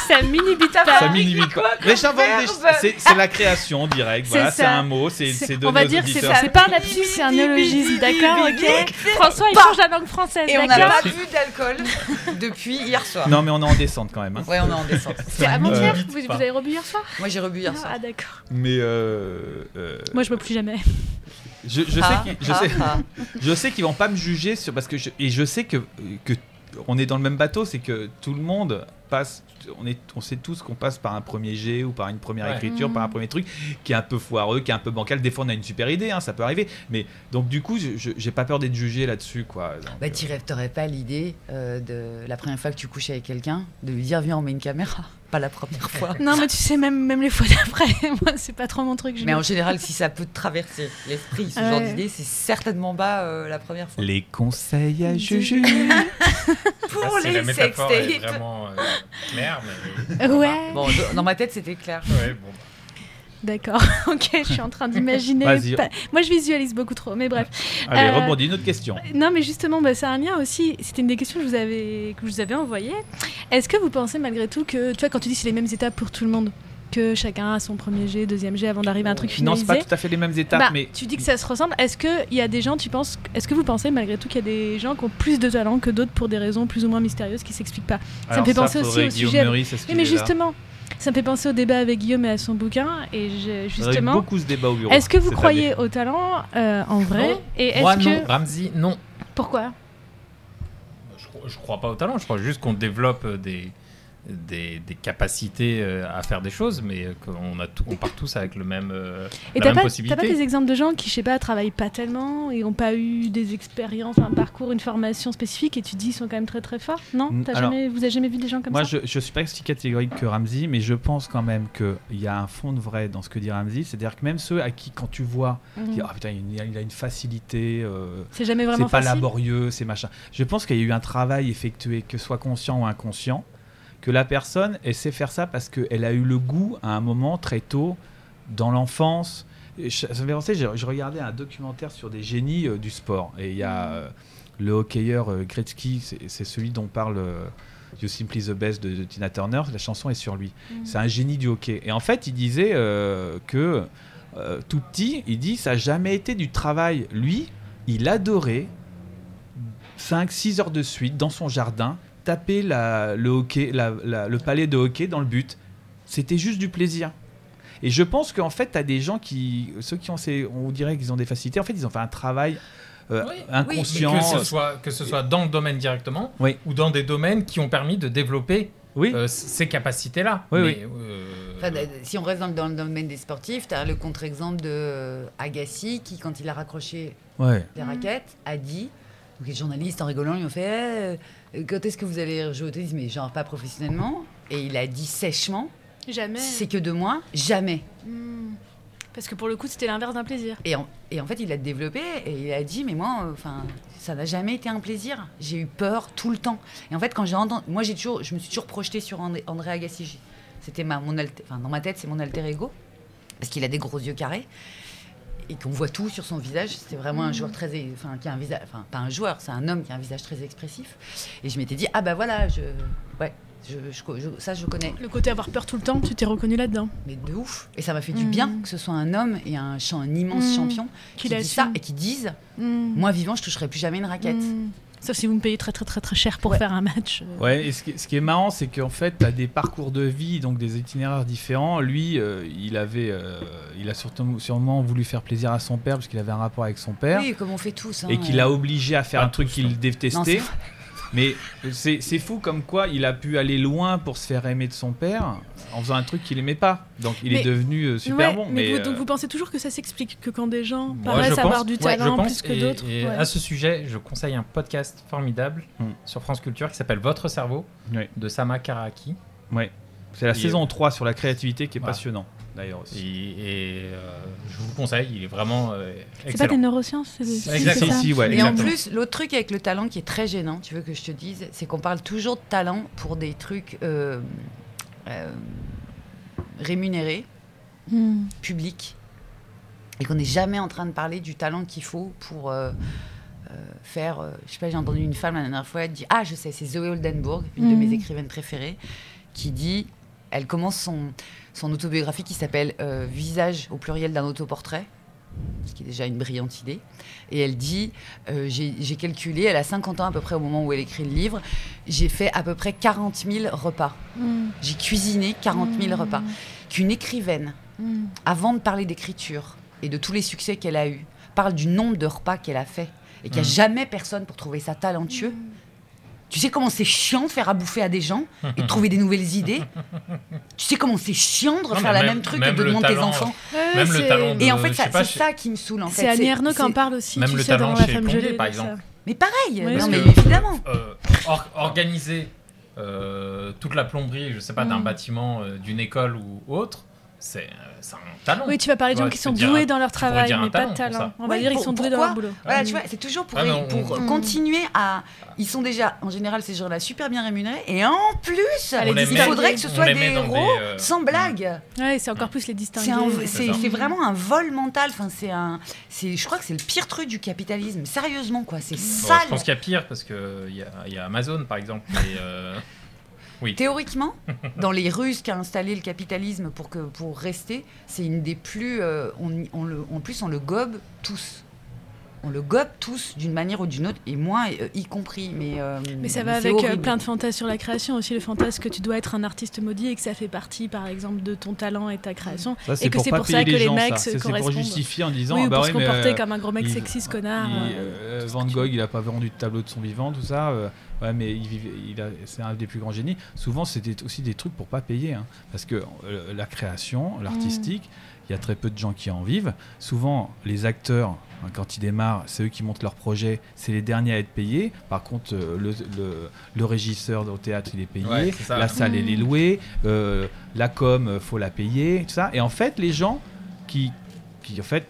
ça mini-bite pas. ça m'inhibite pas. Mais j'invente des- verbe c'est c'est la création en direct, C'est voilà, c'est ça. un mot, c'est c'est on donné va aux dire c'est auditeurs. c'est pas un lapsus, Ah, c'est un néologisme, d'accord Ok. François, il change la langue française, Bah Et on n'a d'accord pas bu d'alcool depuis hier soir. Non mais on est en descente quand même. hein. Ouais, on est en descente. C'est avant-hier Euh, vous, vous avez rebu hier soir Moi, j'ai rebu hier soir. Ah, d'accord. Mais euh, euh, Moi, je me plus jamais. je, je sais Ah, qu'ils- je ah, sais- ah. je sais qu'ils vont pas me juger sur parce que je, et je sais que que on est dans le même bateau, c'est que tout le monde passe on est on sait tous qu'on passe par un premier jet ou par une première Ouais. écriture, Mhm. par un premier truc qui est un peu foireux, qui est un peu bancal, des fois on a une super idée hein, ça peut arriver mais donc du coup je- je- j'ai pas peur d'être jugé là-dessus quoi. Donc, Bah, euh, tu rêves- t'aurais pas l'idée euh, de la première fois que tu couches avec quelqu'un, de lui dire viens, on met une caméra. Pas la première fois. Non, mais tu sais, même, même les fois d'après, moi, c'est pas trop mon truc. je Mais me- en général, si ça peut te traverser l'esprit, ce Ouais. genre d'idée, c'est certainement pas euh, la première fois. les conseils à Juju. Là, c'est la métaphore est vraiment euh, claire. Mais... Ouais, Bon, je- dans ma tête, c'était clair. Ouais, bon. d'accord. ok, je suis en train d'imaginer. Vas-y. pas- Moi, je visualise beaucoup trop, mais bref. Allez, Euh, rebondis une autre question. Non, mais justement, bah, c'est un lien aussi. C'était une des questions que je vous avais, que je vous avais envoyées. Est-ce que vous pensez malgré tout que, tu vois, quand tu dis c'est les mêmes étapes pour tout le monde, que chacun a son premier jet, deuxième jet avant d'arriver à un truc non, finalisé c'est pas tout à fait les mêmes étapes Bah, mais Tu dis que ça se ressemble. Est-ce que il y a des gens, tu penses, est-ce que vous pensez malgré tout qu'il y a des gens qui ont plus de talent que d'autres pour des raisons plus ou moins mystérieuses qui s'expliquent pas Ça me Alors fait penser aussi faudrait au que Guillaume sujet. Meurice, est-ce Oui, qu'il mais est là justement, ça me fait penser au débat avec Guillaume et à son bouquin. Et je- On a eu justement, beaucoup ce débat au bureau. est-ce que vous cette année. croyez au talent euh, en vrai Non. Et Moi est-ce non, que Ramsey non. pourquoi Je, crois- je crois pas au talent. Je crois juste qu'on développe euh, des des, des capacités euh, à faire des choses, mais euh, qu'on a tout- on part tous avec le même euh, Et la même t'as pas, t'as pas possibilité. des exemples de gens qui, je sais pas, travaillent pas tellement et ont pas eu des expériences, un parcours, une formation spécifique et tu dis ils sont quand même très très forts Non Mm, T'as alors, jamais, Vous avez jamais vu des gens comme Moi, ça je, je suis pas aussi catégorique que Ramsey, mais je pense quand même qu'il y a un fond de vrai dans ce que dit Ramsey. C'est-à-dire que même ceux à qui, quand tu vois, Mm. qui, Ah, putain, il y a une, il a une facilité, euh, C'est jamais vraiment c'est pas facile. laborieux, c'est machin. Je pense qu'il y a eu un travail effectué, que ce soit conscient ou inconscient, que la personne, elle sait faire ça parce qu'elle a eu le goût à un moment très tôt, dans l'enfance. Et je- Ça me fait penser, je, je regardais un documentaire sur des génies euh, du sport. Et il y Mm. a euh, le hockeyeur euh, Gretzky, c'est c'est celui dont parle euh, You Simply the Best de, de Tina Turner. La chanson est sur lui. C'est un génie du hockey. Et en fait, il disait euh, que euh, tout petit, il dit ça n'a jamais été du travail. Lui, il adorait 5-6 heures de suite dans son jardin taper la- le, hockey, la- la- le palais de hockey dans le but. C'était juste du plaisir. Et je pense qu'en fait, tu as des gens qui, ceux qui ont ces, on dirait qu'ils ont des facilités, en fait, ils ont fait un travail euh, Oui, oui, inconscient. que ce soit que ce soit dans le domaine directement Oui. ou dans des domaines qui ont permis de développer Oui. euh, c- ces capacités-là. Oui, Mais, euh, Enfin, euh, si on reste dans le, dans le domaine des sportifs, t'as le contre-exemple de euh, Agassi qui, quand il a raccroché Ouais. les Mhm. raquettes, a dit. Donc les journalistes en rigolant lui ont fait Eh, euh, Quand est-ce que vous allez jouer au tennis Mais genre pas professionnellement. Et il a dit sèchement Jamais. C'est que de moi Jamais. Mm. Parce que pour le coup, c'était l'inverse d'un plaisir. Et en, et en fait, il a développé et il a dit Mais moi, euh, enfin, ça n'a jamais été un plaisir. J'ai eu peur tout le temps. Et en fait, quand j'ai entendu. Moi, j'ai toujours, je me suis toujours projetée sur André, André Agassi. J'ai- C'était ma, mon alter- enfin, dans ma tête, c'est mon alter ego. Parce qu'il a des gros yeux carrés. Et qu'on voit tout sur son visage. C'était vraiment un joueur très. Enfin, qui a un visage. Enfin, pas un joueur, c'est un homme qui a un visage très expressif. Et je m'étais dit Ah bah voilà, je. Ouais. je- je- je- ça, je connais Le côté avoir peur tout le temps, tu t'es reconnu là-dedans. mais de ouf. Et ça m'a fait du Mm. bien que ce soit un homme et un, cha- un immense Mm. champion qui Qu'il disent ça assume. et qui disent Mm. Moi vivant, je toucherai plus jamais une raquette. Mm. Sauf si vous me payez très très très très cher pour faire un match. euh. Ouais, et ce qui, ce qui est marrant, c'est qu'en fait, tu as des parcours de vie, donc des itinéraires différents. Lui, euh, il avait, euh, il a surtout, sûrement voulu faire plaisir à son père, parce qu'il avait un rapport avec son père, Oui, comme on fait tous. hein, et qu'il euh. a obligé à faire Pas un truc tous, qu'il non. détestait. Non, Mais c'est c'est fou comme quoi il a pu aller loin pour se faire aimer de son père en faisant un truc qu'il aimait pas. Donc il Mais- est devenu euh, super Ouais, bon. Mais, vous, euh, donc vous pensez toujours que ça s'explique, que quand des gens Moi, paraissent je avoir pense- du ouais, je talent pense, plus que et- d'autres. et ouais. À ce sujet, je conseille un podcast formidable Hmm. sur France Culture qui s'appelle Votre cerveau Ouais. de Sama Karaki. ouais. C'est la Il est- saison 3 sur la créativité qui est Voilà. passionnant d'ailleurs Et, aussi. et, euh, je vous conseille, il est vraiment euh, C'est pas des excellent. neurosciences, c'est des. C'est- c'est Exactement. ça. Si, si, ouais, Et exactement. en plus, l'autre truc avec le talent qui est très gênant, tu veux que je te dise, c'est qu'on parle toujours de talent pour des trucs euh, euh, rémunérés, Hmm. publics, et qu'on n'est jamais en train de parler du talent qu'il faut pour euh, euh, faire. euh, je sais pas, j'ai entendu une femme la dernière fois, elle dit Ah, je sais, c'est Zoé Oldenburg, une de Mhm. mes écrivaines préférées, qui dit elle commence son, son autobiographie qui s'appelle euh, Visage au pluriel d'un autoportrait, ce qui est déjà une brillante idée. Et elle dit, euh, j'ai j'ai calculé, elle a 50 ans à peu près au moment où elle écrit le livre, j'ai fait à peu près 40 000 repas. Hmm. J'ai cuisiné 40 000 Hmm. repas. Qu'une écrivaine, Hmm. avant de parler d'écriture et de tous les succès qu'elle a eus, parle du nombre de repas qu'elle a fait et qu'il n'y a Mhm. jamais personne pour trouver ça talentueux. Mmh. Tu sais comment c'est chiant de faire à bouffer à des gens et de trouver des nouvelles idées Tu sais comment c'est chiant de mais refaire la même- même truc même que de le demander tes talent, enfants Ouais, Même le Euh, c'est- talent de- Et en fait, je ça- sais pas, c'est ça qui me saoule en fait. C'est Annie Ernaux qui en c'est- parle aussi, Même tu le sais, dans talent La chez femme Plombier, gelée. par tout ça. exemple. Mais pareil, Ouais, non, parce mais que- évidemment. Euh, or- organiser euh, toute la plomberie, je sais pas, d'un Hmm. bâtiment, euh, d'une école ou autre, c'est euh, c'est un talent. Oui, tu vas parler de Ouais, gens qui tu sont diras- doués dans leur tu pourrais travail, dire un mais pas de talent pour talent. ça. On va Ouais, dire qu'ils pour- sont doués dans pourquoi leur boulot. Voilà, tu vois, c'est toujours pour, Ah, mais on- pour on- continuer à. Ils sont déjà, en général, ces gens-là super bien rémunérés. Et en plus, On les il met- faudrait que ce on soit les des met dans héros des, euh, sans blague. Ouais, c'est encore plus les distinguer. C'est un- les- c'est- ça. c'est vraiment un vol mental. Enfin, c'est un, c'est, je crois que c'est le pire truc du capitalisme. Sérieusement, quoi, c'est Bon, sale. je pense qu'il y a pire parce que il y, a- il y a Amazon par exemple. mais, euh, Théoriquement, dans les ruses qu'a installé le capitalisme pour que pour rester, c'est une des plus. euh, on, y- on le, en plus, on le gobe tous. On le gobe tous d'une manière ou d'une autre, et moi euh, y compris. Mais, euh, Mais ça va c'est avec euh, horrible. plein de fantasmes sur la création aussi, le fantasme que tu dois être un artiste maudit et que ça fait partie, par exemple, de ton talent et ta création. Ça, que c'est pas pour payer ça que les gens, mecs ça. se Ça, c'est pour correspondent. justifier en disant oui, ah ou bah pour ouais, se mais, comporter euh, comme un gros mec il- sexiste, connard. il- ouais. euh, Van Gogh, il a pas vendu de tableau de son vivant, tout ça. euh, ouais, mais il vivait- il a- c'est un des plus grands génies. Souvent, c'était aussi des trucs pour pas payer, hein, parce que euh, la création, l'artistique, Mm. il y a très peu de gens qui en vivent. Souvent, les acteurs. hein, Quand ils démarrent, c'est eux qui montent leur projet, c'est les derniers à être payés. Par contre, euh, le, le- le régisseur au théâtre, il est payé, Ouais, c'est ça. la salle, elle est Mm. louée, euh, la com, euh, faut la payer, tout ça. Et en fait, les gens qui, qui en fait,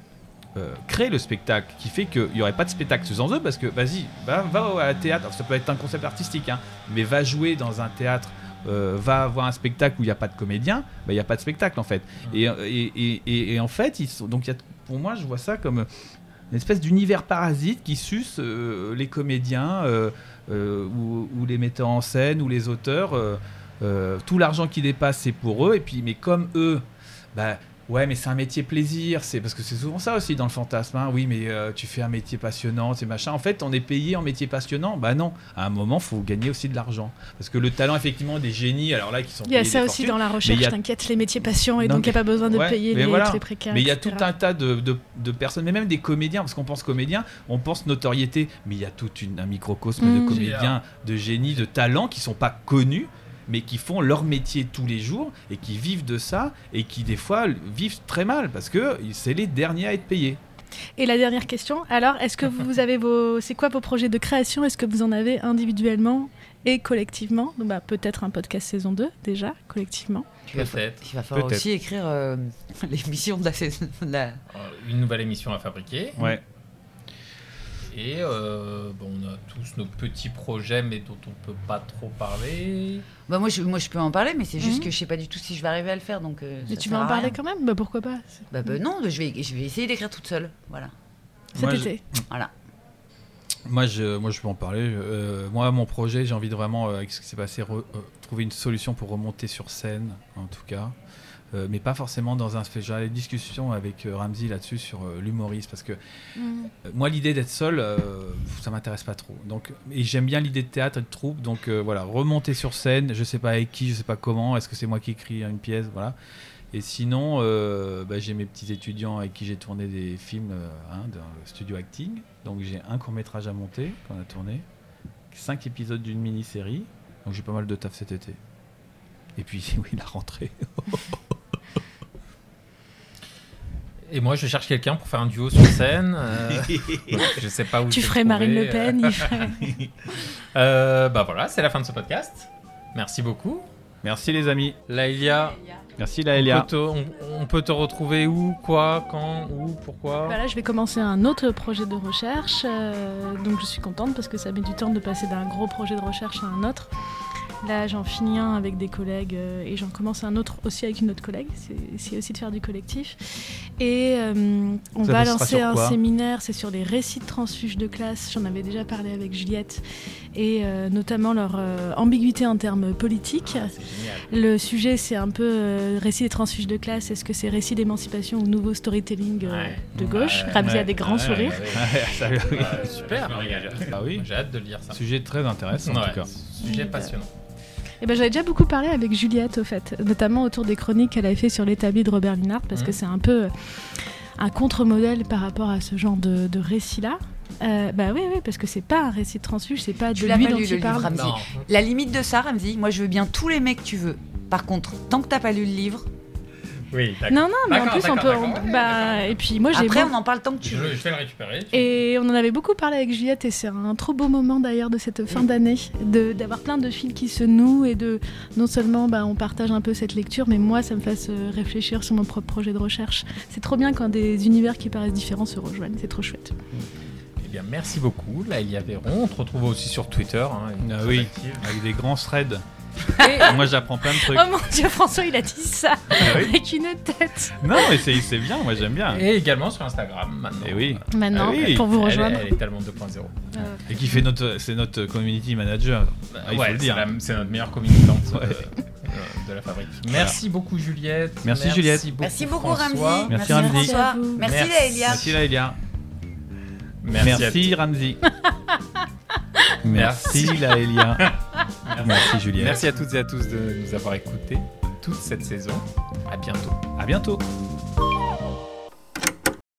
euh, créent le spectacle, qui fait qu'il n'y aurait pas de spectacle sans eux, parce que vas-y, va, va au- à un théâtre, Alors, ça peut être un concept artistique, hein, mais va jouer dans un théâtre, euh, va voir un spectacle où il n'y a pas de comédien, bah, il n'y a pas de spectacle en fait. Et, et, et- et- et en fait, ils sont, donc il y a- pour moi, je vois ça comme une espèce d'univers parasite qui suce euh, les comédiens euh, euh, ou, ou les metteurs en scène ou les auteurs. euh, euh, tout l'argent qui dépasse, c'est pour eux. Et puis, mais comme eux, bah ouais, mais c'est un métier plaisir. C'est parce que c'est souvent ça aussi dans le fantasme. hein. Oui, mais euh, tu fais un métier passionnant, c'est machin. En fait, on est payé en métier passionnant. Bah non, à un moment, faut gagner aussi de l'argent parce que le talent, effectivement, des génies. Alors là, qui sont Il y a payés ça des aussi fortunes, dans la il y recherche, a- t'inquiète, les métiers patients et Non, donc il n'y a pas besoin de ouais, payer mais les, voilà. les précaires. Mais il y a tout etc.. un tas de, de- de personnes, mais même des comédiens, parce qu'on pense comédien, on pense notoriété, mais il y a tout un microcosme Mm. de comédiens, de génies, de talents qui sont pas connus, mais qui font leur métier tous les jours et qui vivent de ça et qui des fois vivent très mal parce que c'est les derniers à être payés. Et la dernière question, alors, est-ce que vous avez vos. C'est quoi vos projets de création Est-ce que vous en avez individuellement et collectivement Donc, bah, Peut-être un podcast saison 2 déjà, collectivement. Il va fa- Peut-être. Il va falloir Peut-être. aussi écrire euh, l'émission de la saison. de la- Euh, Une nouvelle émission à fabriquer. Ouais. Et euh, bon, on a tous nos petits projets, mais dont on peut pas trop parler. Bah, moi, je, moi, je peux en parler, mais c'est juste Mhm. que je sais pas du tout si je vais arriver à le faire. Donc, euh, Mais ça tu sert vas en à parler rien. quand même Bah pourquoi pas c'est- bah, bah, non, je vais, je vais essayer d'écrire toute seule. Voilà. Cet Moi, je- été. voilà. Moi je, moi, je peux en parler. Euh, moi, mon projet, j'ai envie de vraiment, euh, avec ce qui s'est passé, re- euh, trouver une solution pour remonter sur scène, en tout cas. Euh, mais pas forcément dans un... J'avais des discussions avec euh, Ramsey là-dessus sur euh, l'humoriste, parce que euh, moi, l'idée d'être seul, euh, ça m'intéresse pas trop. Donc, et j'aime bien l'idée de théâtre et de troupe. Donc euh, voilà, remonter sur scène, je sais pas avec qui, je sais pas comment. Est-ce que c'est moi qui écris une pièce, voilà. Et sinon, euh, bah, j'ai mes petits étudiants avec qui j'ai tourné des films euh, hein, dans le studio acting. Donc j'ai un court métrage à monter qu'on a tourné. cinq épisodes d'une mini-série. Donc j'ai pas mal de taf cet été. Et puis, oui, la rentrée. Et moi, je cherche quelqu'un pour faire un duo sur scène. euh, je sais pas où. Tu je vais ferais le Marine trouver, Le Pen, il ferait... Euh, bah voilà, c'est la fin de ce podcast. Merci beaucoup. Merci les amis. Laïlia, Merci on, Laëlia. peut te- on- on peut te retrouver où, quoi, quand, où, pourquoi Voilà, je vais commencer un autre projet de recherche. euh, donc je suis contente parce que ça met du temps de passer d'un gros projet de recherche à un autre. Là, j'en finis un avec des collègues euh, et j'en commence un autre aussi avec une autre collègue. C'est c'est aussi de faire du collectif. Et euh, on Ça va sera lancer sur un quoi séminaire, c'est sur les récits de transfuges de classe. J'en avais déjà parlé avec Juliette et euh, notamment leur euh, ambiguïté en termes politiques. Ah, C'est génial. Le sujet, c'est un peu euh, récit des transfuges de classe. Est-ce que c'est récit d'émancipation ou nouveau storytelling euh, Ouais. de gauche Ouais, Ramzi ouais, a des grands Ouais, sourires. ouais, ouais. Euh, super. Bah oui. J'ai hâte de lire ça. Sujet très intéressant en Ouais, tout cas. Sujet passionnant. Et ben, j'avais déjà beaucoup parlé avec Juliette, au fait, notamment autour des chroniques qu'elle avait fait sur l'établi de Robert Linhart, parce Mhm. que c'est un peu euh, un contre-modèle par rapport à ce genre de, de récit-là. Euh, bah oui, oui, parce que c'est pas un récit de transfuge, c'est pas Tu de l'as lui pas dont lu, le il livre, parle. Ramzi. Non. La limite de ça, Ramzi, moi je veux bien tous les mecs que tu veux. Par contre, tant que t'as pas lu le livre, Oui, d'accord. Non, non, mais en D'accord, plus, on peut. d'accord, on- d'accord, ouais, bah, d'accord. et puis, moi, j'ai. après beau- on en parle tant que tu Je, veux. je vais le récupérer. Et on en avait beaucoup parlé avec Juliette et c'est un trop beau moment d'ailleurs de cette fin d'année, de- d'avoir plein de fils qui se nouent et de non seulement bah, on partage un peu cette lecture, mais moi ça me fasse euh, réfléchir sur mon propre projet de recherche. C'est trop bien quand des univers qui paraissent différents se rejoignent, c'est trop chouette. Eh bien, merci beaucoup. Laïlia Véron. On te retrouve aussi sur Twitter. hein, une Ah très oui. active. Avec des grands threads. Moi j'apprends plein de trucs. Oh mon dieu François il a dit ça oui. avec une Oh. tête Non mais c'est c'est bien, moi j'aime bien. Et également sur Instagram maintenant. Et oui. Maintenant Ah oui, pour vous Elle- rejoindre. elle est tellement 2.0. Et qui fait notre, c'est notre community manager. Ah, il faut ouais, le dire. c'est la- C'est notre meilleure communicante euh, Ouais. euh, de la fabrique. Merci beaucoup Juliette. Merci, Juliette. beaucoup, Merci beaucoup Ramzi. François. Merci, Ramzi. Merci François. Merci à vous. Merci Merci. Laëlia. Merci Laëlia. Merci. à Merci Ramzi. Merci. Merci Laëlia. tous. Merci Juliette. Merci à toutes et à tous de nous avoir écoutés toute cette saison. À bientôt. À bientôt.